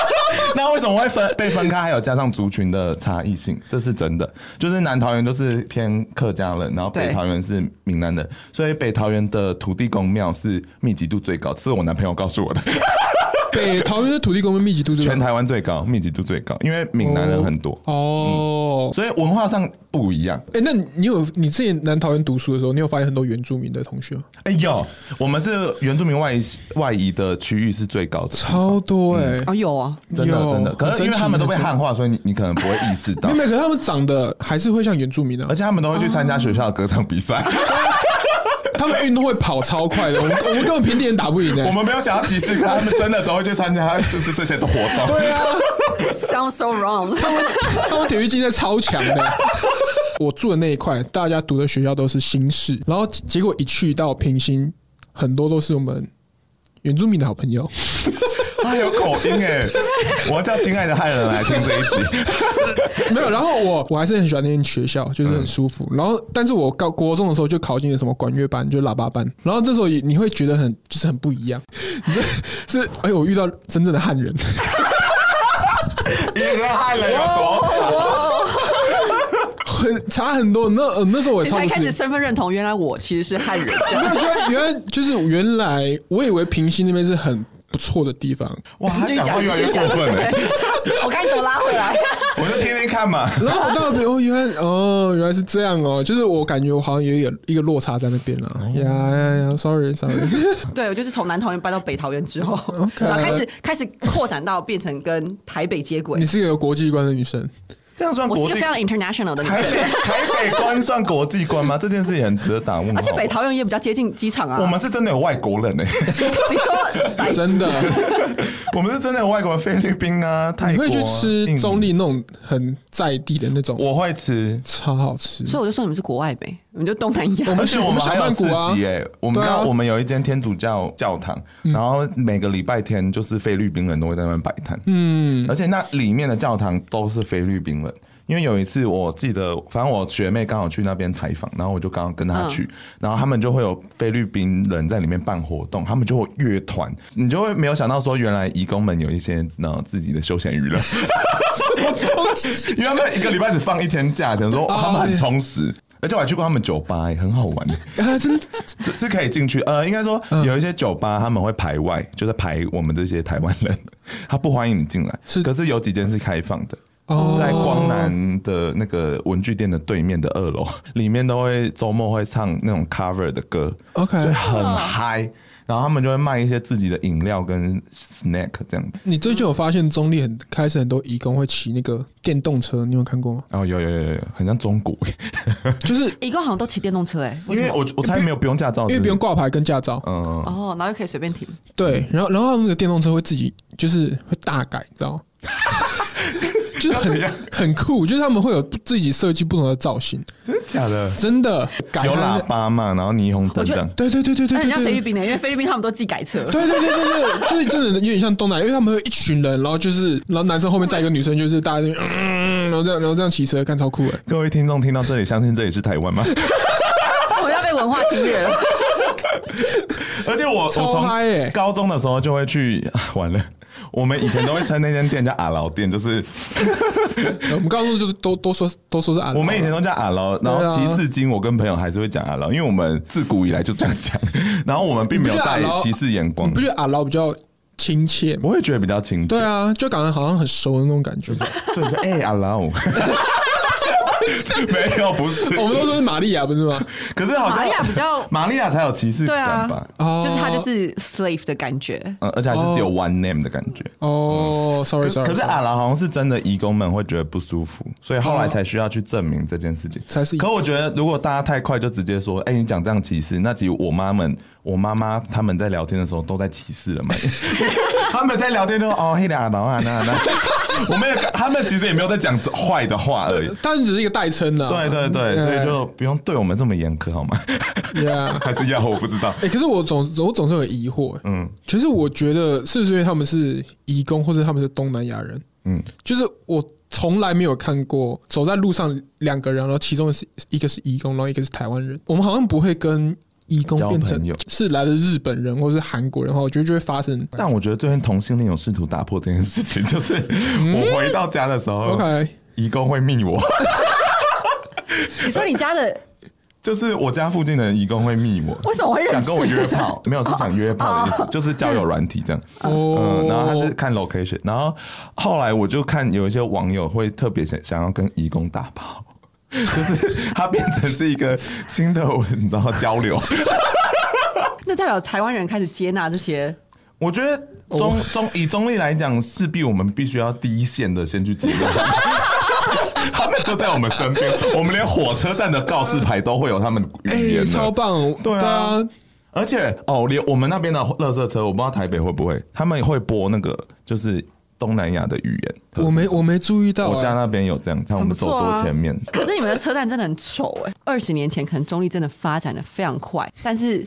Speaker 1: 那为什么会分被分开？还有加上族群的差异性，这是真的。就是南桃园都是偏客家人，然后北
Speaker 2: 对
Speaker 1: 桃园是闽南人，所以北桃园的土地公庙是密集度最高，这是我男朋友告诉我的，
Speaker 3: 北桃园的土地公跟密集度最高
Speaker 1: 全台湾最高，密集度最高，因为闽南人很多，嗯
Speaker 3: 哦。
Speaker 1: 所以文化上不一样。
Speaker 3: 哎、那你你有你之前南桃园读书的时候，你有发现很多原住民的同学吗？
Speaker 1: 哎呦，我们是原住民外移外移的区域是最高的。
Speaker 3: 超多哎、
Speaker 2: 哦，有 啊、
Speaker 1: 嗯真的
Speaker 3: 有
Speaker 1: 真的，可
Speaker 3: 很
Speaker 1: 是因为
Speaker 3: 神奇
Speaker 1: 他们都被
Speaker 3: 很神
Speaker 1: 汉化，所以你你可能不会意识到
Speaker 3: 没有，。没有，可是他们长得还是会像原住民的、啊
Speaker 1: 而且他们都会去参加学校的歌唱比赛。
Speaker 3: 他们运动会跑超快的，我们我们根本平地人打不赢 哎、
Speaker 1: 我们没有想要歧视，可他们真的都会去参加，就是这些的活动。
Speaker 3: 对啊，
Speaker 2: s o u n d so wrong。
Speaker 3: 他们体育竞赛超强的。我住的那一块，大家读的学校都是新市，然后结果一去到平心，很多都是我们原住民的好朋友。
Speaker 1: 他有口音 哎，我要叫亲爱的汉人来听这一集。
Speaker 3: 没有，然后我我还是很喜欢那间学校，就是很舒服。然后，但是我高国中的时候就考进了什么管乐班，就是喇叭班。然后这时候也你会觉得很就是很不一样，你这是哎，我遇到真正的汉人，
Speaker 1: 一个汉人有多少？
Speaker 3: 很差很多。那、呃、那时候我
Speaker 2: 你
Speaker 3: 也超
Speaker 2: 才
Speaker 3: 不
Speaker 2: 开始
Speaker 3: 适应。
Speaker 2: 身份认同，原来我其实是汉人。这
Speaker 3: 没
Speaker 2: 样
Speaker 3: 有，原来原来就是原来我以为平西那边是很不错的地方，
Speaker 1: 哇，他讲话越来越过分哎，
Speaker 2: 我该怎么拉回来？
Speaker 1: 我就听听看嘛。
Speaker 3: 然后我到那边哦，原来哦原来是这样哦，就是我感觉我好像有一个一个落差在那边了。
Speaker 1: 哦
Speaker 3: 呀呀呀，sorry sorry，
Speaker 2: 对，我就是从南桃园搬到北桃园之后然后开始开始扩展到变成跟台北接轨
Speaker 3: 你。是一个有国际观的女生。
Speaker 1: 这样算
Speaker 2: 我是
Speaker 1: 国
Speaker 2: 一个
Speaker 1: 际
Speaker 2: 非？常 international 的女
Speaker 1: 台
Speaker 2: 生，
Speaker 1: 北台北关算国际关吗？这件事也很值得打问号。
Speaker 2: 而且北桃园也比较接近机场啊。
Speaker 1: 我们是真的有外国人哎，
Speaker 2: 你说白痴
Speaker 3: 真的，
Speaker 1: 我们是真的有外国人，菲律宾啊，泰
Speaker 3: 你
Speaker 1: 国啊。
Speaker 3: 会去吃中
Speaker 1: 印
Speaker 3: 立那种很在地的那种
Speaker 1: 尼？，我会吃，
Speaker 3: 超好吃。
Speaker 2: 所以我就说你们是国外呗，你们就东南
Speaker 3: 我
Speaker 2: 亚。
Speaker 3: 们
Speaker 1: 而且我们
Speaker 3: 小
Speaker 1: 还有
Speaker 3: 曼
Speaker 1: 市
Speaker 3: 谷啊
Speaker 1: 集，哎，我们
Speaker 3: 对啊嗯
Speaker 1: 刚我们有一间天主教教堂，然后每个礼拜天就是菲律宾人都会在那边摆摊，嗯，而且那里面的教堂都是菲律宾人。因为有一次，我记得，反正我学妹刚好去那边采访，然后我就刚好跟她
Speaker 3: 嗯
Speaker 1: 去，然后他们就会有菲律宾人在里面办活动，他们就会有乐团，你就会没有想到说，原来义工们有一些那自己的休闲娱 乐，因为他们一个礼拜只放一天假，等于说
Speaker 3: 哦
Speaker 1: 哇他们很充实，而且我还去过他们酒吧、哎很好玩、
Speaker 3: 啊，真的
Speaker 1: 是是可以进去，呃，应该说
Speaker 3: 嗯
Speaker 1: 有一些酒吧他们会排外，就是排我们这些台湾人， 他不欢迎你进来。
Speaker 3: 是
Speaker 1: 可是有几间是开放的，
Speaker 3: 哦
Speaker 1: 在光南的那个文具店的对面的二楼， 里面都会周末会唱那种 cover 的歌
Speaker 3: OK
Speaker 1: 所以很嗨。然后他们就会卖一些自己的饮料跟 snack 这样子。
Speaker 3: 你最近有发现中立很开始很多义工会骑那个电动车，你有看过吗？
Speaker 1: 哦，有有有有有，很像中国，
Speaker 3: 就是
Speaker 2: 一共好像都骑电动车哎、
Speaker 1: 因为我我猜没有不用驾照，
Speaker 3: 因为
Speaker 1: 是
Speaker 3: 不
Speaker 1: 是
Speaker 3: 用，挂牌跟驾照，
Speaker 1: 嗯，
Speaker 2: 哦，然后又可以随便停，
Speaker 3: 对，然后然后他们那个电动车会自己就是会大改，你知道吗？就是很很酷，就是他们会有自己设计不同的造型，
Speaker 1: 真的假的？
Speaker 3: 真的改
Speaker 1: 有
Speaker 3: 它
Speaker 1: 喇
Speaker 3: 的，
Speaker 1: 叭嘛，然后霓虹灯
Speaker 2: 我觉
Speaker 1: 这
Speaker 2: 得
Speaker 1: 样。
Speaker 3: 对对对对对
Speaker 2: 但人
Speaker 3: 对
Speaker 2: 家菲律
Speaker 3: 对。
Speaker 2: 宾的，因为菲律宾他们都自己改
Speaker 1: 啊
Speaker 2: 车。
Speaker 3: 对对对对对，就是真的有点像东南亚，因为他们会一群人，然后就是，然后男生后面载一个女生，就是大家就、嗯，然后这样，然后这样骑车，看超酷哎！
Speaker 1: 各位听众听到这里，相信这里是台湾吗？ 啊
Speaker 2: 我要被文化侵略了。
Speaker 1: 而且我我
Speaker 3: 超嗨欸
Speaker 1: 从高中的时候就会去，啊完了。我们以前都会称那间店叫阿劳店，就是
Speaker 3: 我们高中就都都说都说是俺，
Speaker 1: 我们以前都叫阿劳，然后
Speaker 3: 对啊
Speaker 1: 其实至今我跟朋友还是会讲阿劳，因为我们自古以来就这样讲， 然后我们并没有
Speaker 3: 你不觉得
Speaker 1: 带
Speaker 3: 阿劳
Speaker 1: 歧视眼光
Speaker 3: 你不，觉得俺老比较亲切吗？
Speaker 1: 我会觉得比较亲切。
Speaker 3: 对，啊，就感觉好像很熟的那种感觉。
Speaker 1: 对，就哎阿 劳，没有不是，
Speaker 3: 我们都说是玛利亚，不是吗？
Speaker 1: 可是好像
Speaker 2: 玛利亚比较
Speaker 1: 玛利亚才有歧视
Speaker 2: 对啊
Speaker 1: 感吧？，
Speaker 3: 哦
Speaker 2: 就是他就是 slave 的感觉。
Speaker 1: 嗯，而且还是只有 one name 的感觉。
Speaker 3: 哦
Speaker 1: 可
Speaker 3: ，sorry
Speaker 1: 是
Speaker 3: sorry，
Speaker 1: 可是阿拉好像是真的，义工们会觉得不舒服，所以后来才需要去证明这件事情。
Speaker 3: 才是义工
Speaker 1: 可我觉得，如果大家太快就直接说，哎、你讲这样歧视，那其实我妈们、我妈妈他们在聊天的时候都在歧视了嘛。他们在聊天就哦，黑的阿劳啊，那那，我们也他们其实也没有在讲坏的话而已。
Speaker 3: 但只是一个代称啊呢。
Speaker 1: 对对对，所以就不用对我们这么严苛好吗？
Speaker 3: Yeah
Speaker 1: 还是要我不知道。
Speaker 3: 哎、可是我总我总是有疑惑、嗯
Speaker 1: 嗯，
Speaker 3: 其实我觉得是不是因为他们是移工，或者他们是东南亚人？
Speaker 1: 嗯，
Speaker 3: 就是我从来没有看过走在路上两个人，然后其中是一个是移工，然后一个是台湾人。我们好像不会跟移工
Speaker 1: 交
Speaker 3: 变
Speaker 1: 朋
Speaker 3: 成
Speaker 1: 友
Speaker 3: 是来的日本人或是韩国人的话，我觉得就会发生。
Speaker 1: 但我觉得最近同性恋有试图打破这件事情，就是我啊回到家的时候，
Speaker 3: OK，
Speaker 1: 义工会密我，
Speaker 2: 你说你家的
Speaker 1: 就是我家附近的义工会密我，
Speaker 2: 为什么会认识
Speaker 1: 想跟
Speaker 2: 哦
Speaker 1: 我约 炮？没有是想约炮的意思，就是交友软体这样。
Speaker 3: 哦
Speaker 1: 嗯，然后他是看 location，然后后来我就看有一些网友会特别想想要跟义工打炮， 就是他变成是一个新的你知道交流。
Speaker 2: 那代表台湾人开始接纳这些，
Speaker 1: 我觉得
Speaker 3: 哦
Speaker 1: 中中以中立来讲，势必我们必须要第一线的先去接触。 他们就在我们身边，我们连火车站的告示牌都会有他们的语言
Speaker 3: 哎、
Speaker 1: 呢
Speaker 3: 超棒，
Speaker 1: 对啊而且哦，连我们那边的垃圾车，我不知道台北会不会，他们会播那个就是东南亚的语言。
Speaker 3: 对啊我没我没注意到、
Speaker 1: 我家
Speaker 3: 啊，
Speaker 1: 那边有这样，看我们
Speaker 2: 很不
Speaker 1: 走
Speaker 2: 错啊
Speaker 1: 多前面。
Speaker 2: 可是你们的车站真的很丑哎、二十年前可能中立真的发展的非常快，但是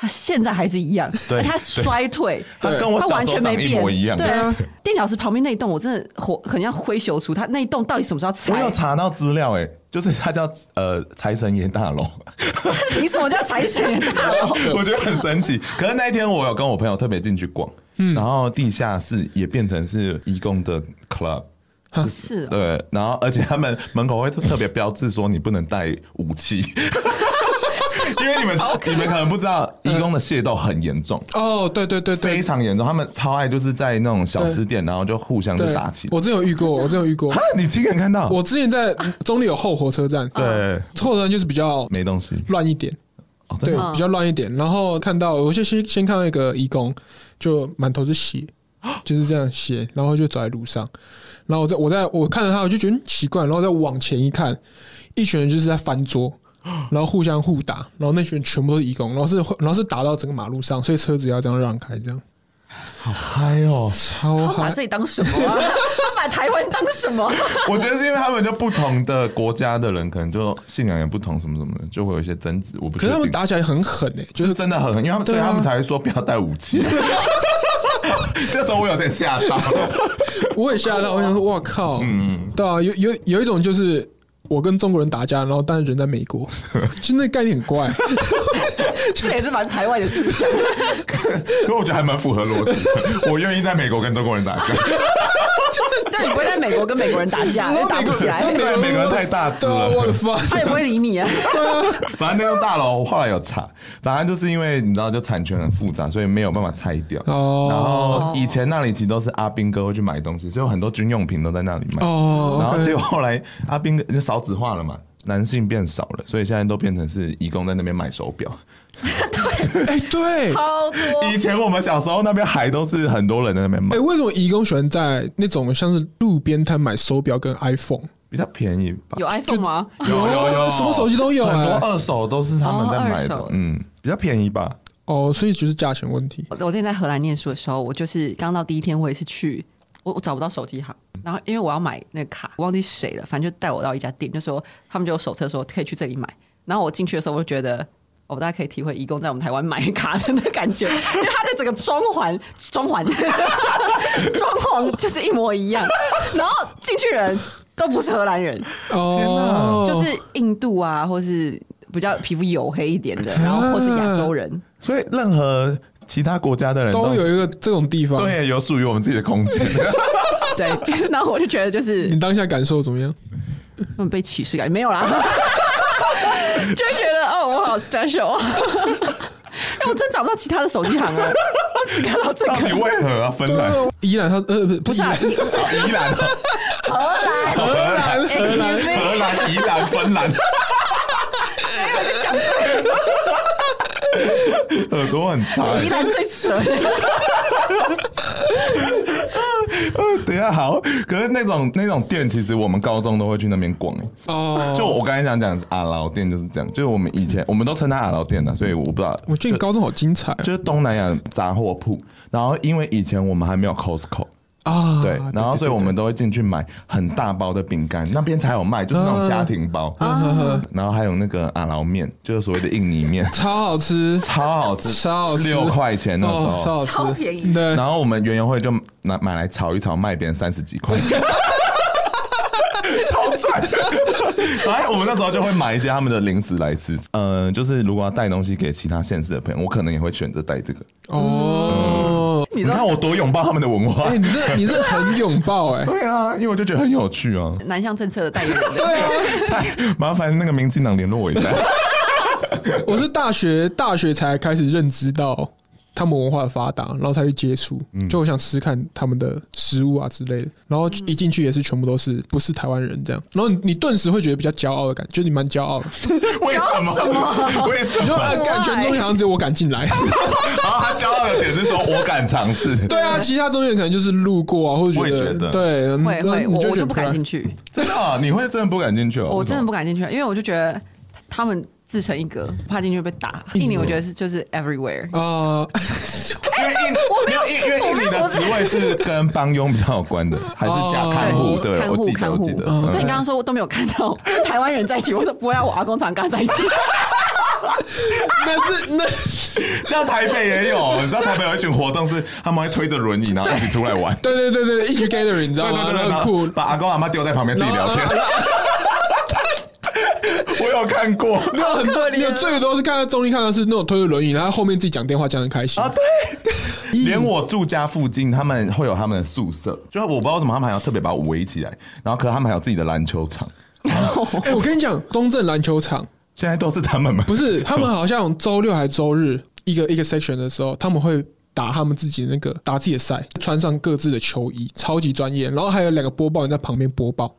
Speaker 2: 它现在还是一样，
Speaker 1: 对嗯
Speaker 2: 而且它衰退。
Speaker 1: 他跟我
Speaker 2: 它
Speaker 1: 小
Speaker 2: 完
Speaker 1: 时候
Speaker 2: 全没
Speaker 1: 长一模
Speaker 2: 变，
Speaker 1: 一样。
Speaker 2: 对
Speaker 3: 对
Speaker 2: 啊
Speaker 3: 啊，
Speaker 2: 电脑室旁边那一栋，我真的火，可能要挥手出它那一栋到底什么时候
Speaker 1: 我有
Speaker 2: 拆？
Speaker 1: 查到资料、欸，哎，就是它叫呃财神爷大 楼。
Speaker 2: 凭什么叫拆迁大 楼？
Speaker 1: 我觉得很神奇。可是那一天我有跟我朋友特别进去逛，
Speaker 3: 嗯
Speaker 1: 然后地下室也变成是义工的 club。
Speaker 2: 是
Speaker 3: 啊
Speaker 2: 哦，
Speaker 1: 对，然后而且他们门口会特别标志说你不能带武器， 因为你们你们可能不知道，义工的械斗很严重，
Speaker 3: 哦，对对对对
Speaker 1: 非。常严重。他们超爱就是在那种小吃店，然后就互相就
Speaker 3: 对
Speaker 1: 打起，来。
Speaker 3: 我之前有遇过，我之前有遇过
Speaker 1: 啊，，你亲眼看到？
Speaker 3: 我之前在中立有后火车站，
Speaker 1: 对，
Speaker 3: 后火车站就是比较
Speaker 1: 没东 西。
Speaker 3: 乱一点，
Speaker 1: 哦，真
Speaker 3: 对
Speaker 1: 的，
Speaker 2: 嗯
Speaker 3: 比较乱一点。然后看到我就先先看到一个义工，就满头是血，就是这样血，然后就走在路上。然后我在我在我看着他，我就觉得嗯奇怪，然后再往前一看，一群人就是在翻 桌。然后互相互打，然后那群人全部都是义工，然后是然后是打到整个马路上，所以车子要这样让开，这样
Speaker 1: 嗨哦！
Speaker 3: 超
Speaker 2: 他把
Speaker 3: 嗨
Speaker 2: 这。里当什么 啊？他把台湾当什么？
Speaker 1: 我觉得是因为他们就不同的国家的人，可能就信仰也不同，什么什么的，就会有一些争执。我不
Speaker 3: 可是
Speaker 1: 确
Speaker 3: 他们
Speaker 1: 定
Speaker 3: 打起来很狠诶、就是
Speaker 1: 是真的很，因为他们、所以
Speaker 3: 对啊
Speaker 1: 他们才会说不要带武 器。 这时候我有点吓到，
Speaker 3: 我也吓
Speaker 1: 哦
Speaker 3: 到，我想说，哇
Speaker 1: 嗯
Speaker 3: 靠，对啊，有有有一种就是我跟中国人打架，然后但是人在美国， 就那概念 很怪，
Speaker 2: 这也是蛮排外的思想。
Speaker 1: 因为我觉得还蛮符合逻辑的。我愿意在美国跟中国人打架，
Speaker 2: 这你不会在美国跟美国人打 架，
Speaker 3: 然
Speaker 2: 也
Speaker 3: 后
Speaker 2: 打
Speaker 3: 美
Speaker 2: 不
Speaker 3: 国
Speaker 2: 起来，
Speaker 1: 对美国人太大只
Speaker 3: 对啊，
Speaker 1: 了
Speaker 3: 我的妈，
Speaker 2: 他也不会理你啊。
Speaker 1: 反正那栋大楼我后来有查，反正就是因为你知道，就产权很复杂，所以没有办法拆掉。
Speaker 3: 哦
Speaker 1: 然后以前那里其实都是阿兵哥会去买东西，所以有很多军用品都在那里卖。
Speaker 3: 哦
Speaker 1: 然后
Speaker 3: OK
Speaker 1: 结果后来阿兵哥就少子化了嘛，男性变少了，所以现在都变成是义工在那边买手表。
Speaker 3: 哎、对，哎、
Speaker 2: 超多
Speaker 1: 以前我们小时候那边还都是很多人在那边买，
Speaker 3: 哎为什么义工喜欢在那种像是路边摊买手表跟 iPhone？
Speaker 1: 比较便宜吧。
Speaker 2: 有 iPhone 吗？
Speaker 1: 有有有，
Speaker 3: 什么手机都啊有
Speaker 1: 哦很
Speaker 3: 哎、
Speaker 1: 多二手都是他们在买的，
Speaker 2: 哦二手
Speaker 1: 嗯，比较便宜吧。
Speaker 3: 哦，所以就是价钱问题。
Speaker 2: 我之前在荷兰念书的时候，我就是刚到第一天，我也是去，我我找不到手机行，然后因为我要买那个卡，我忘记谁了，反正就带我到一家店，就说他们就有手册说可以去这里买，然后我进去的时候，我就觉得。我大家可以体会义工在我们台湾买卡的那感觉，因为它的整个装潢、装潢、 装潢就是一模一样，然后进去人都不是荷兰人，
Speaker 3: 哦，
Speaker 2: 就是印度啊，或是比较皮肤黝黑一点的，然后或是亚洲人，
Speaker 1: 所以任何其他国家的人
Speaker 3: 都有一个这种地方。，
Speaker 1: 对有属于我们自己的空 间。
Speaker 2: 对，那我就觉得就是
Speaker 3: 你当下感受怎么样？
Speaker 2: 嗯被歧视感没有啦， 就会觉得哦我好 special 啊。但我真找不到其他的手机行了，我只看到这
Speaker 1: 到底
Speaker 2: 个。
Speaker 1: 为何啊？芬兰、
Speaker 3: 依然他呃不
Speaker 2: 不是啊
Speaker 3: 宜兰
Speaker 1: 宜兰、
Speaker 2: 荷
Speaker 3: 啊
Speaker 1: 荷兰、
Speaker 2: 兰，excuse me，
Speaker 1: 荷兰、宜兰、芬兰，耳朵很长。
Speaker 2: 宜兰最扯。
Speaker 1: 呃等一下，好。可是那种那种店，其实我们高中都会去那边逛、欸。
Speaker 3: 哦，
Speaker 1: 就我刚才讲讲阿劳店就是这样，就是我们以前我们都称它阿劳店的，所以我不知道。
Speaker 3: 我觉得你高中好精彩哦
Speaker 1: 就是东南亚杂货铺，然后因为以前我们还没有 Costco，
Speaker 3: 啊！
Speaker 1: 对，然后所以我们
Speaker 3: 对，
Speaker 1: 都会进去买很大包的饼干，那边才有卖，就是那种家庭包，然后还有那个阿劳面，就是所谓的印尼面
Speaker 3: 超好吃，
Speaker 1: 超好吃，
Speaker 3: 超好吃
Speaker 1: 六块钱那时
Speaker 3: 哦，
Speaker 1: 候，
Speaker 3: 超好吃，
Speaker 2: 超便宜
Speaker 3: 对，
Speaker 1: 然后我们园游会就拿买来炒一炒，卖别人三十几块。 超赚！反正我们那时候就会买一些他们的零食来吃。呃，就是如果要带东西给其他县市的朋友，我可能也会选择带这个。
Speaker 3: 哦，
Speaker 2: 你
Speaker 1: 你
Speaker 2: 知道
Speaker 1: 看我多拥抱他们的文化
Speaker 3: 哎，。你这你这很拥抱哎，
Speaker 1: 对啊，因为我就觉得很有趣啊。
Speaker 2: 南向政策的代言人，
Speaker 1: 麻烦那个民进党联络我一 下。
Speaker 3: 我是大学大学才开始认知到他们文化的发达，然后才去接触，
Speaker 1: 嗯
Speaker 3: 就我想吃吃看他们的食物啊之类的，然
Speaker 2: 嗯
Speaker 3: 后一进去也是全部都是不是台湾人这样，然后你你顿时会觉得比较骄傲的感觉，就你蛮骄傲的，
Speaker 1: 为什么？为什
Speaker 3: 你就
Speaker 1: 么？
Speaker 3: 呃感觉中好像只有我敢进来，
Speaker 1: 然后他骄傲的点是说，我敢尝试。
Speaker 3: 对啊，其他中原可能就是路过啊，或者
Speaker 1: 我也
Speaker 3: 觉
Speaker 1: 觉得
Speaker 3: 对，嗯
Speaker 2: 会会，我嗯我就不敢进
Speaker 3: 去，
Speaker 2: 去，
Speaker 1: 真的啊，你会真的不敢进去哦？
Speaker 2: 我真的
Speaker 1: 不。
Speaker 2: 不敢进去，因为我就觉得他们自成一格，怕进去被打。
Speaker 3: 印尼
Speaker 2: 印尼我觉得是就是 everywhere，
Speaker 3: 啊，
Speaker 1: 因为印没有印，因为印尼的职位是跟帮佣比较有关的，还是加看护？
Speaker 3: 哦
Speaker 1: 对，
Speaker 2: 看
Speaker 1: 我
Speaker 2: 护
Speaker 1: 记得，
Speaker 2: 看
Speaker 1: 我
Speaker 2: 护
Speaker 1: 记得。
Speaker 3: 嗯
Speaker 2: 所
Speaker 1: 嗯
Speaker 2: 以你刚刚说我都没有看到跟台湾人在一起，我说不会啊，我阿公常跟他在一 起，
Speaker 3: 那是那。
Speaker 1: 这样台北也有，你知道台北有一群活动是他们会推着轮椅，然后一起出来玩
Speaker 3: 对对对对，一起 gathering，你知道
Speaker 1: 对
Speaker 3: 吗？
Speaker 1: 对对对，
Speaker 3: 然后
Speaker 1: 然
Speaker 3: 很
Speaker 1: 后
Speaker 3: 酷。
Speaker 1: 把阿公阿妈丢在旁边自己聊天。我有看过。
Speaker 3: 没有很多，
Speaker 2: 可
Speaker 1: 啊
Speaker 2: 怜啊
Speaker 3: 没有最多是看到综艺，看到是那种推着轮椅，然后后面自己讲电话讲的开心
Speaker 1: 啊，对，连我住家附近，他们会有他们的宿舍，就是我不知道为什么他们还要特别把我围起来，然后可是他们还有自己的篮球场，
Speaker 3: 哎、我跟你讲，中正篮球场
Speaker 1: 现在都是他们吗？
Speaker 3: 不是他们好像周六还是周日一个一个 section 的时候，他们会打他们自己那个打自己的赛，穿上各自的球衣，超级专业。然后还有两个播报员在旁边播报。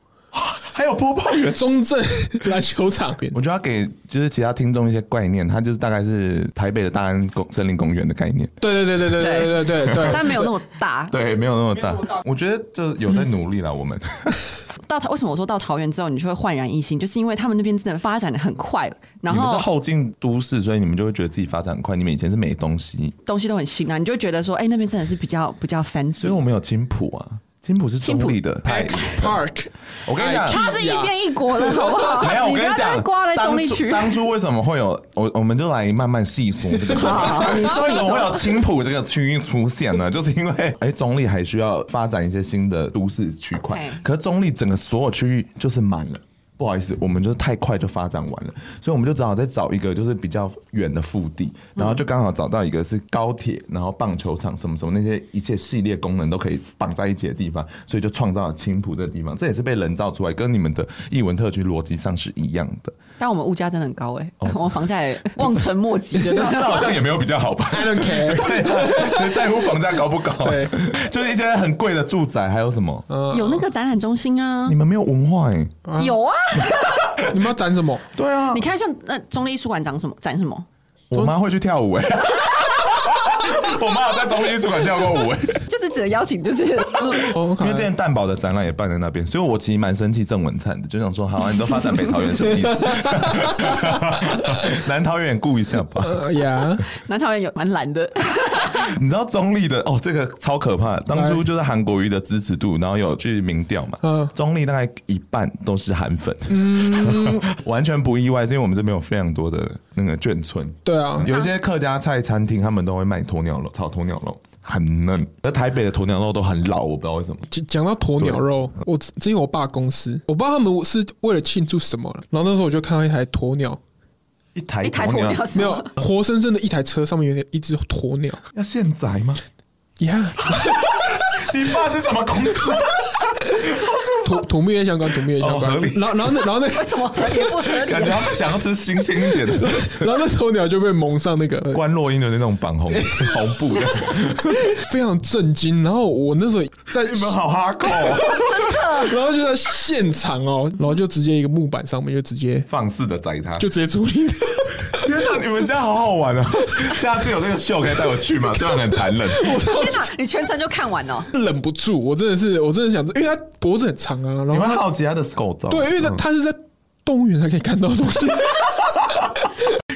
Speaker 1: 还有播报员。
Speaker 3: 中正篮球场边，
Speaker 1: 我就要给就是其他听众一些概念，它就是大概是台北的大安公森林公园的概念，
Speaker 3: 对对对对对对对对呃对，
Speaker 2: 但没有那么大。
Speaker 1: 对，没有那么大。我觉得就有在努力啦，我们
Speaker 2: 到桃为什么我说到桃园之后你就会焕然一新，就是因为他们那边真的发展的很快，然
Speaker 1: 你们是
Speaker 2: 后
Speaker 1: 后进都市，所以你们就会觉得自己发展很快。你们以前是没东西，
Speaker 2: 东西都很新啊，你就觉得说，哎、那边真的是比较比较 fancy
Speaker 1: 所以。我们有青浦啊，青浦是中立的，太
Speaker 3: X Park，
Speaker 1: 我跟你讲，
Speaker 2: 它是一边一国 的好不好？
Speaker 1: 没有，我
Speaker 2: 你
Speaker 1: 跟
Speaker 2: 不要
Speaker 1: 讲
Speaker 2: 再，挂在中立区。
Speaker 1: 当初当初为什么会有我？我们就来慢慢细说这个。为什么会有青浦这个区域出现呢？ 就是因为哎、中立还需要发展一些新的都市区块
Speaker 2: 哎，
Speaker 1: 可是中立整个所有区域就是满了。不好意思，我们就是太快就发展完了，所以我们就只好再找一个就是比较远的腹地，然后就刚好找到一个是高铁，然后棒球场什么什么那些一切系列功能都可以绑在一起的地方，所以就创造了青浦这个地方，这也是被人造出来，跟你们的艺文特区逻辑上是一样的。
Speaker 2: 但我们物价真的很高哎、我们房价也望尘莫及的
Speaker 1: 这
Speaker 2: 那种。
Speaker 1: 好像也没有比较好吧？
Speaker 3: I don't care。
Speaker 1: 对啊，谁在乎房价高不高？
Speaker 3: 对，
Speaker 1: 就是一些很贵的住宅，还有什么？
Speaker 2: 有那个展览中心啊
Speaker 1: 你，们没有文化哎、
Speaker 2: 有啊。
Speaker 3: 你们要展什么？
Speaker 1: 对啊
Speaker 2: 你，看像那中立艺术馆长什么展什么，
Speaker 1: 我妈会去跳舞哎、 我妈有在中立艺术馆跳过舞哎、
Speaker 2: 就是只能邀请，就是
Speaker 3: 哦，
Speaker 1: 因为之前蛋堡的展览也办在那边，所以我其实蛮生气郑文灿的，就想说，好啊，你都发展北桃园什么意思？ 南桃园也顾一下吧。
Speaker 3: 呃呀，
Speaker 2: 南桃园有蛮懒的，
Speaker 1: 你知道中立的哦，这个超可怕的。当初
Speaker 3: 来
Speaker 1: 就是韩国瑜的支持度，然后有去民调嘛，
Speaker 3: 嗯
Speaker 1: 中立大概一半都是韩粉，
Speaker 2: 嗯
Speaker 1: 完全不意外，是因为我们这边有非常多的那个眷村，
Speaker 3: 对
Speaker 2: 嗯
Speaker 3: 啊，
Speaker 1: 有一些客家菜餐厅他们都会卖鸵鸟肉，炒鸵鸟肉很嫩，而台北的鸵鸟肉都很老，我不知道为什么。
Speaker 3: 讲讲到鸵鸟肉，我之前我爸公司，我不知道他们是为了庆祝什么了。然后那时候我就看到一台鸵鸟，
Speaker 1: 一台
Speaker 2: 一台
Speaker 1: 鸵
Speaker 2: 鸵
Speaker 1: 鸟
Speaker 2: 鸟是
Speaker 3: 没
Speaker 2: 吗
Speaker 3: 有活生生的一台车上面有点一只鸵鸟
Speaker 1: 要现宰吗？
Speaker 3: 呀，
Speaker 1: 你爸是什么公司？
Speaker 3: 土土木业相关，土木业相关
Speaker 1: 哦合理。
Speaker 3: 然后然后那然后 那
Speaker 2: 为 什么合理不合理啊
Speaker 1: 感觉
Speaker 2: 呢？
Speaker 1: 他们想要吃新鲜一点的
Speaker 3: 然后那鸵鸟就被蒙上那个
Speaker 1: 关洛英的那种绑 红红布的，
Speaker 3: 非常震惊。然后我那时候在，
Speaker 1: 你们好哦哈扣、
Speaker 3: 然后就在现场哦，然后就直接一个木板上面就直接
Speaker 1: 放肆的宰他。
Speaker 3: 就直接处理。
Speaker 1: 天哪， 你们家好好玩啊！ 下次有这个秀可以带我去吗？虽然很残忍，
Speaker 2: 天哪，你全程就看完哦。
Speaker 3: 忍不住，我真的是，我真的想，因为它脖子很长啊，然
Speaker 1: 你
Speaker 3: 后
Speaker 1: 会
Speaker 3: 它
Speaker 1: 好奇嗯他的构造？
Speaker 3: 对，因为它它是在动物园才可以看到的东西，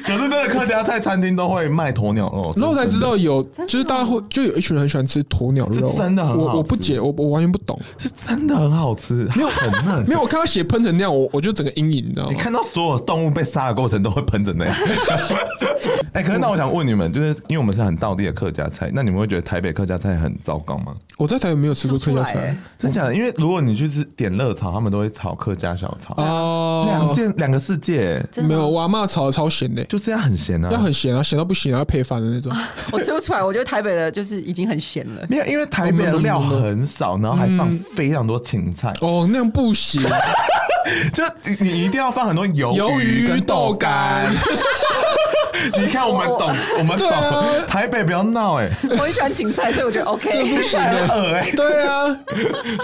Speaker 1: 可是真的客家菜餐厅都会卖鸵鸟肉，
Speaker 3: 然后才知道有，
Speaker 2: 的
Speaker 3: 就是大家会就有一群人很喜欢吃鸵鸟肉，啊
Speaker 1: 是真的很好吃
Speaker 3: 我我不解，我我完全不懂，
Speaker 1: 是真的很好吃，啊没有很嫩
Speaker 3: 没。有，我看到血喷成那样，我我就整个阴影，你知道
Speaker 1: 你
Speaker 3: 吗？
Speaker 1: 看到所有动物被杀的过程都会喷成那样。 哎、可是那我想问你们，就是因为我们是很道地的客家菜，那你们会觉得台北客家菜很糟糕吗？
Speaker 3: 我在台北没有吃过客
Speaker 2: 吃
Speaker 3: 家
Speaker 2: 不出来
Speaker 3: 菜
Speaker 2: 欸
Speaker 1: 真假的？因为如果你去吃点热炒，他们都会炒客家小炒，
Speaker 3: 哦，
Speaker 1: 两件两个世界，
Speaker 2: 欸真的吗
Speaker 3: 没有，我阿妈炒的超咸的，
Speaker 1: 就是要很咸啊，
Speaker 3: 要很咸啊，咸到不行啊，要配饭的那种。
Speaker 2: 我吃不出来，我觉得台北的就是已经很咸 了。
Speaker 1: 没有，因为台北的料很少，然后还
Speaker 3: 嗯
Speaker 1: 放非常多芹菜，
Speaker 3: 哦，那样 不行，啊
Speaker 1: 就你你一定要放很多鱿
Speaker 3: 鱿鱼
Speaker 1: 跟豆
Speaker 3: 豆
Speaker 1: 干
Speaker 3: 干。
Speaker 1: 你看我们懂， 我们懂
Speaker 3: 对啊，
Speaker 1: 台北不要闹哎，
Speaker 2: 我很喜欢芹菜，所以我觉得 OK。
Speaker 3: 这不行的。
Speaker 1: 饿哎，
Speaker 3: 对啊，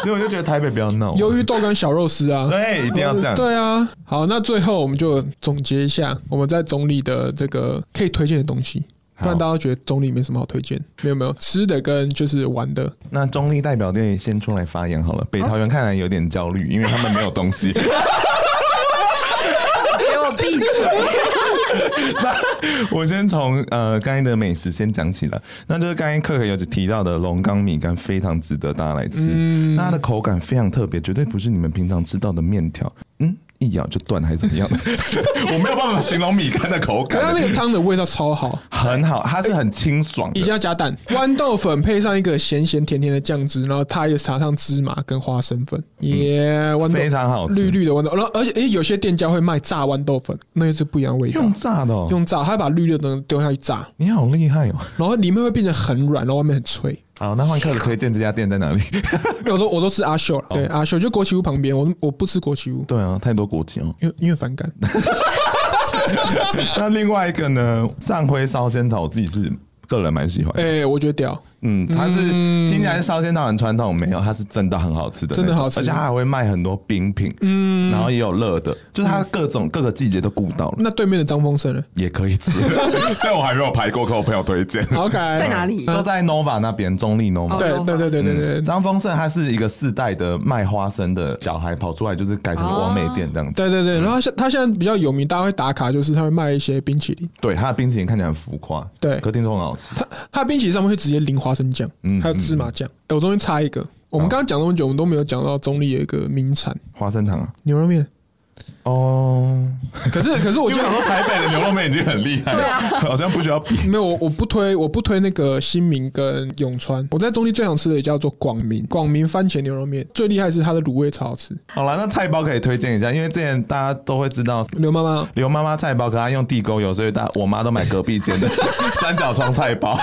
Speaker 1: 所以我就觉得台北不要闹。
Speaker 3: 鱿鱼豆干小肉丝啊，
Speaker 1: 对，一定要这样。
Speaker 3: 对啊，好，那最后我们就总结一下我们在总理的这个可以推荐的东西，不
Speaker 1: 好
Speaker 3: 然大家觉得总理没什么好推荐。没有没有，吃的跟就是玩的，
Speaker 1: 那中立代表队先出来发言好了。北桃园看来有点焦虑，因为他们没有东西。
Speaker 2: 给我闭
Speaker 3: 哎
Speaker 2: 嘴！
Speaker 1: 我先从呃刚才的美食先讲起了，那就是刚才克克有提到的龙岗米干，非常值得大家来吃。那它的口感非常特别，绝对不是你们平常吃到的面条，嗯，一咬就断还是怎么样的。我没有办法形容米干的口
Speaker 3: 可是它
Speaker 1: 感
Speaker 3: 那，个汤的味道 超好，
Speaker 1: 很好，它是很清爽
Speaker 3: 一
Speaker 1: 的。
Speaker 3: 定要加蛋，豌豆粉配上一个咸咸甜甜的酱汁，然后它也撒上芝麻跟花生粉，耶，豌豆
Speaker 1: 嗯非常好吃
Speaker 3: 绿绿的豌豆，然后而且诶，有些店家会卖炸豌豆粉，那就是不一样的味道
Speaker 1: 用。炸的、哦，
Speaker 3: 用炸，他会把绿绿的东西丢下去炸，
Speaker 1: 你好厉害哦！
Speaker 3: 然后里面会变得很软，然后外面很脆。
Speaker 1: 好，那换客的推荐这家店在哪里？
Speaker 3: 我都我都吃阿秀
Speaker 1: 哦
Speaker 3: 了，对阿秀就国旗屋旁边，我我不吃国旗屋，
Speaker 1: 对啊，太多国籍哦。
Speaker 3: 因为因为 反感。
Speaker 1: 那另外一个呢，上灰烧仙草，我自己是个人蛮喜欢的。
Speaker 3: 哎，我觉得屌，
Speaker 1: 嗯，它是、听起来是烧仙草很传统，没有，它是真的很好吃的那种，
Speaker 3: 真的好吃
Speaker 1: 而且它还会卖很多冰品，嗯，然后也有热的，就是
Speaker 3: 嗯
Speaker 1: 它各种、各个季节都顾到了，
Speaker 3: 那对面的张丰盛呢
Speaker 1: 也可以 吃。虽然我还没有排过，可我朋友推荐，
Speaker 3: ？OK，
Speaker 2: 在哪里？
Speaker 3: 哎
Speaker 1: 都在 Nova 那边，中立 Nova。
Speaker 3: 对对对对哦对对
Speaker 1: 张丰盛他是一个世代的卖花生的小孩，跑出来就是改成
Speaker 3: 哦
Speaker 1: 完美店这样子。
Speaker 3: 对对对，然后他现他现在比较有名，大家会打卡，就是他会卖一些冰淇淋，
Speaker 1: 对，他的冰淇淋看起来很浮夸，
Speaker 3: 对
Speaker 1: 可听说很好吃。
Speaker 3: 他他的冰淇淋上面会直接淋花生酱
Speaker 1: 嗯，
Speaker 3: 还有芝麻酱。哎，我中间插一个，我们刚刚讲那么久，我们都没有讲到中立有一个名产
Speaker 1: 花生糖啊，
Speaker 3: 牛肉 面，
Speaker 1: 哦，
Speaker 3: 可是 可是我
Speaker 1: 因
Speaker 3: 觉
Speaker 1: 为想
Speaker 3: 得
Speaker 1: 说台北的牛肉面已经很厉害了，
Speaker 2: 对啊
Speaker 1: 好像不需要比。
Speaker 3: 没有，我我不推我不推那个新民跟永川，我在中立最想吃的也叫做广民，广民番茄牛肉面最厉害是它的卤味超好吃。
Speaker 1: 好了，那菜包可以推荐一下，因为之前大家都会知道
Speaker 3: 刘妈妈，
Speaker 1: 刘妈妈菜包，可她用地沟油，所以大我妈都买隔壁间 的三角窗菜包，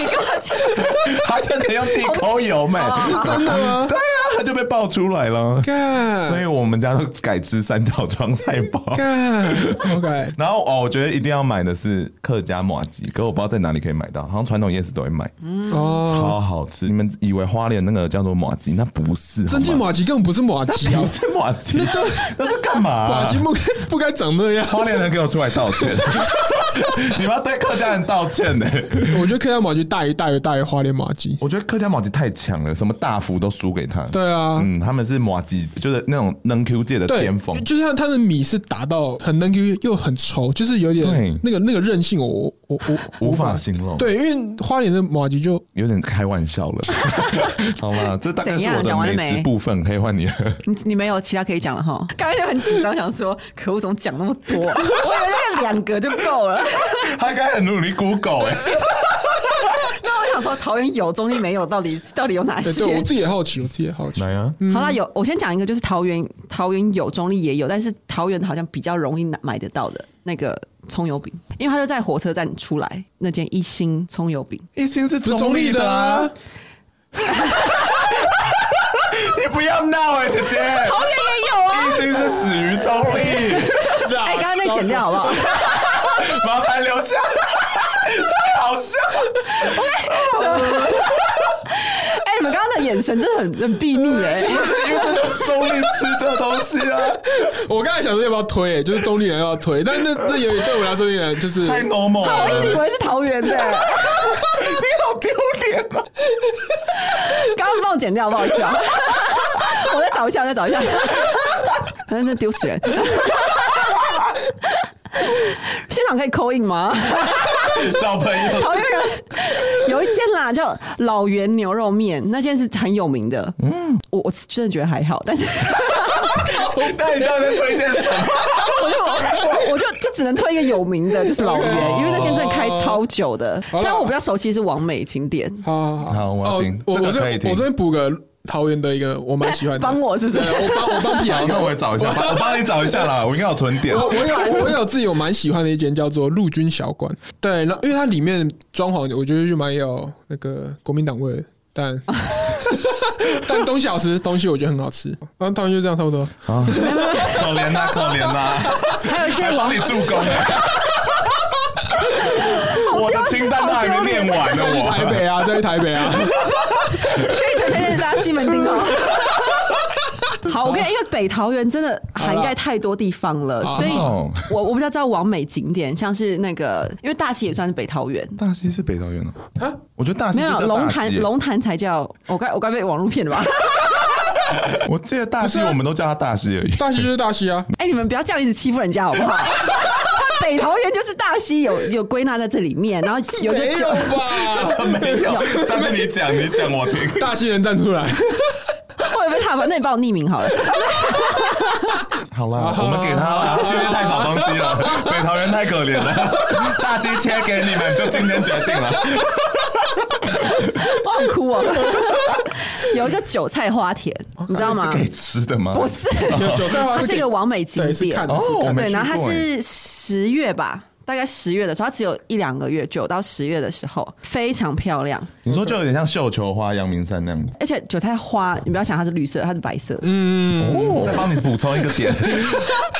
Speaker 2: 你干嘛 讲？
Speaker 1: 她真的用地沟油买，
Speaker 2: 好
Speaker 1: 是真的吗？对啊，她就被爆出来了，
Speaker 3: 干，
Speaker 1: 所以我们家都改吃三角窗菜包。
Speaker 3: 干，OK，
Speaker 1: 然后哦，我觉得一定要买的是客家麻吉，可我不知道在哪里可以买到，好像传统夜市都会卖，
Speaker 3: 哦，
Speaker 1: 嗯超好吃。你们以为花莲那个叫做麻吉，那不是，
Speaker 3: 真
Speaker 1: 好
Speaker 3: 进
Speaker 1: 吗
Speaker 3: 马吉根本不是马吉啊
Speaker 1: 不，是马吉，
Speaker 3: 那都
Speaker 1: 那是干嘛、
Speaker 3: 马吉不该不该长那样。
Speaker 1: 花莲人给我出来道歉，你们要对客家人道歉呢、
Speaker 3: 我觉得客家马吉大于大于大于花莲马吉。
Speaker 1: 我觉得客家马吉太强了，什么大福都输给他。
Speaker 3: 对啊，
Speaker 1: 嗯，他们是马吉，就是那种能 Q 界的
Speaker 3: 对
Speaker 1: 巅峰，。
Speaker 3: 就是它它的米是打到很能 Q 又很稠，就是有
Speaker 1: 对
Speaker 3: 点那个那个韧性我，我我我
Speaker 1: 无法形容
Speaker 3: 对，因为花莲的马吉就
Speaker 1: 有点开玩笑了，好吧，这大概
Speaker 2: 怎
Speaker 1: 是
Speaker 2: 样
Speaker 1: 我的
Speaker 2: 讲完了
Speaker 1: 美
Speaker 2: 没
Speaker 1: 食部分，可以换你了。
Speaker 2: 你你没有其他可以讲了哈？刚才就很紧张，想说，可恶，怎么讲那么多？啊 我以为那个两个就够了。
Speaker 1: 他刚才很努力 Google 哎、
Speaker 2: 那我想想说桃园有，中立没有，到底到底有哪
Speaker 3: 对对，我
Speaker 2: 些？
Speaker 3: 自己也好奇，我自己嗯也好奇。
Speaker 1: 来啊，
Speaker 2: 好啦，有我先讲一个，就是桃园，桃园有，中立也有，但是桃园好像比较容易拿买得到的那个葱油饼，因为它就在火车站出来那间一星葱油饼，
Speaker 1: 一心是
Speaker 3: 中立的啊，
Speaker 5: 你不要闹哎、姐 姐，
Speaker 2: 桃园也有啊。
Speaker 5: 一心是死于中立，
Speaker 2: 哎、刚刚被剪掉好不好？
Speaker 5: 麻烦留下， 太好笑了。
Speaker 2: 哎、你们刚刚的眼神真的很很睥睨 哎、
Speaker 5: 因为这是中立吃的东西啊，
Speaker 3: 我刚才想说要不要推，就是中立人要不要推，但那那有点对我们来说有点就是
Speaker 1: 太 normal
Speaker 2: 我一直以
Speaker 1: 了。
Speaker 2: 为是桃园 的、
Speaker 5: 你好丢脸啊！
Speaker 2: 刚刚帮我剪掉，不好意思啊。 我再找一下，我再找一下。 真是丢死人！ 现场可以扣印吗？
Speaker 1: 找朋 友，
Speaker 2: 桃园人 有一间啦，叫老袁牛肉面，那间是很有名的。嗯，我我真的觉得还好，但是
Speaker 5: 那你到底在推荐什么？
Speaker 2: 我就我我就就只能推一个有名的，就是老袁，因为那间真的开超久的。
Speaker 3: 好啦
Speaker 2: 但我比较熟悉是王美景点，
Speaker 3: 好好哦
Speaker 1: 好我要听
Speaker 3: 我
Speaker 1: 这个
Speaker 3: 我这
Speaker 1: 可以听
Speaker 3: 我这边补个桃园的一个我蛮喜欢的，
Speaker 2: 帮我是不是
Speaker 1: 啊
Speaker 3: 对我帮我帮屁孩
Speaker 1: 好，
Speaker 3: 一个
Speaker 1: 那我也找一下，我帮你找一下啦，我应该有存点。
Speaker 3: 我我有我有自己有蛮喜欢的一间叫做陆军小馆，对，然后因为它里面装潢我觉得就蛮有那个国民党味的， 但但东西好吃，东西我觉得很好吃，然后当然就这样差不多。
Speaker 1: 啊，可怜呐，可怜呐，
Speaker 2: 还有一些
Speaker 1: 还帮
Speaker 2: 王
Speaker 1: 你助攻欸。 我的清单都还没念 完呢，
Speaker 3: 再去台
Speaker 1: 我。
Speaker 3: 北啊，再去台北啊，
Speaker 2: 可以推荐大家西门町 哦。好，我跟你因为北桃园真的涵盖太多地方了，
Speaker 3: 好啦
Speaker 2: 所以
Speaker 1: 哦
Speaker 2: 我我比较知道往美景点，像是那个，因为大溪也算是北桃园，
Speaker 1: 大溪是北桃园哦，我觉得大溪
Speaker 2: 没
Speaker 1: 就
Speaker 2: 有
Speaker 1: 叫
Speaker 2: 龙
Speaker 1: 大
Speaker 2: 潭，
Speaker 1: 溪。
Speaker 2: 龙潭才叫我该我该被网络骗 了吧？
Speaker 1: 我记得大溪，我们都叫它大溪而已。
Speaker 3: 大溪就是大溪啊，
Speaker 2: 哎、你们不要这样一直欺负人家好不好？北桃园就是大溪有有归纳在这里面，然后有
Speaker 3: 没
Speaker 2: 些
Speaker 3: 有吧？
Speaker 1: 没有， 但是你讲，你讲我听。
Speaker 3: 大溪人站出来，
Speaker 2: 会不会踏反？那你帮我匿名好了。
Speaker 1: 好啦，啊我们给他 啦，今天太少东西 了，北桃园太可怜了， 大溪切给你们，就今天决定了。
Speaker 2: 我 很哭哦。有一个韭菜花田，你知道吗
Speaker 1: 哦是？可以吃的吗？
Speaker 2: 不是，
Speaker 3: 有韭菜花
Speaker 2: 它
Speaker 3: 给，
Speaker 2: 是一个完美景
Speaker 3: 对是
Speaker 2: 点
Speaker 3: 看。的
Speaker 1: 哦，
Speaker 3: 是
Speaker 1: 我
Speaker 3: 看的
Speaker 1: 没
Speaker 2: 对，
Speaker 1: 去
Speaker 2: 然后它
Speaker 1: 过欸
Speaker 2: 是十月吧，大概十月的时候，它只有一两个月，九到十月的时候，非常漂亮。
Speaker 1: 你说就有点像绣球花、阳明山那样子。
Speaker 2: 而且韭菜花，你不要想它是绿色，它是白色。嗯，
Speaker 1: 哦，再帮你补充一个 点，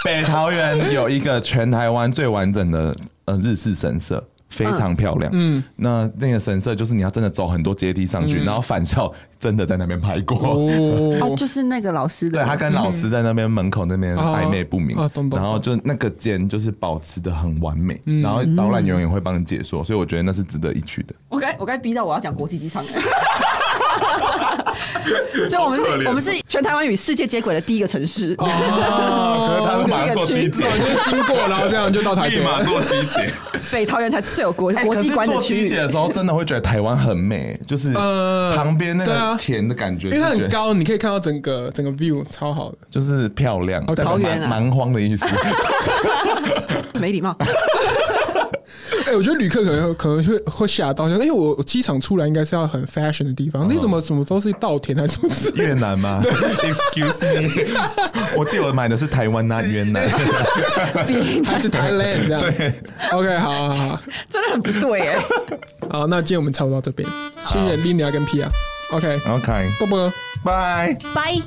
Speaker 1: 北桃园有一个全台湾最完整的呃日式神社。非常漂亮，嗯，那那个神社就是你要真的走很多阶梯上去，然后返校真的在那边拍过，
Speaker 2: 哦，
Speaker 3: 哦，
Speaker 2: 就是那个老师的。
Speaker 1: 对他跟老师在那边门口那边
Speaker 3: 嗯
Speaker 1: 暧昧不明
Speaker 3: 哦哦懂，懂嗯
Speaker 1: 然后就那个间就是保持的很完美，然后导览员也会帮你解说，所以我觉得那是值得一去的。
Speaker 2: 我该我该逼到我要讲国际机场。就我们
Speaker 1: 好可
Speaker 2: 是
Speaker 1: 怜
Speaker 2: 我们是全台湾与世界接轨的第一个城市，
Speaker 3: 哦
Speaker 1: 哦可是他们马上做集结，
Speaker 3: 就是经过，然后这样就到台 北
Speaker 1: 立马
Speaker 3: 了。
Speaker 1: 做集结。
Speaker 2: 北桃园才是最有国
Speaker 1: 哎
Speaker 2: 国际观的
Speaker 1: 可是做
Speaker 2: 区
Speaker 1: 集
Speaker 2: 域
Speaker 1: 结。的时候，真的会觉得台湾很美，就是
Speaker 3: 呃
Speaker 1: 旁边那
Speaker 3: 对啊
Speaker 1: 个田的感觉，
Speaker 3: 因为它很
Speaker 1: 就觉得
Speaker 3: 高，你可以看到整个整个 view 超好的。
Speaker 1: 就是漂亮，
Speaker 3: 哦
Speaker 1: 代表
Speaker 2: 桃园啊
Speaker 1: 蛮蛮荒的 意思。
Speaker 2: 没礼貌。
Speaker 3: 哎、我觉得旅客可能可能会会吓到，想，哎、我我机场出来应该是要很 fashion 的地方，你怎么怎么都是稻田还是什么之类的？
Speaker 1: 越南吗？Excuse me，我记得我买的是台湾那越 南。
Speaker 3: 还是 Thailand 这样？OK，好好好
Speaker 2: 真的很不对哎、
Speaker 3: 好，那今天我们差不多到这边，谢谢 Lina 跟 Pia。OK，
Speaker 1: OK，
Speaker 3: 啵啵。
Speaker 1: 拜。
Speaker 2: 拜。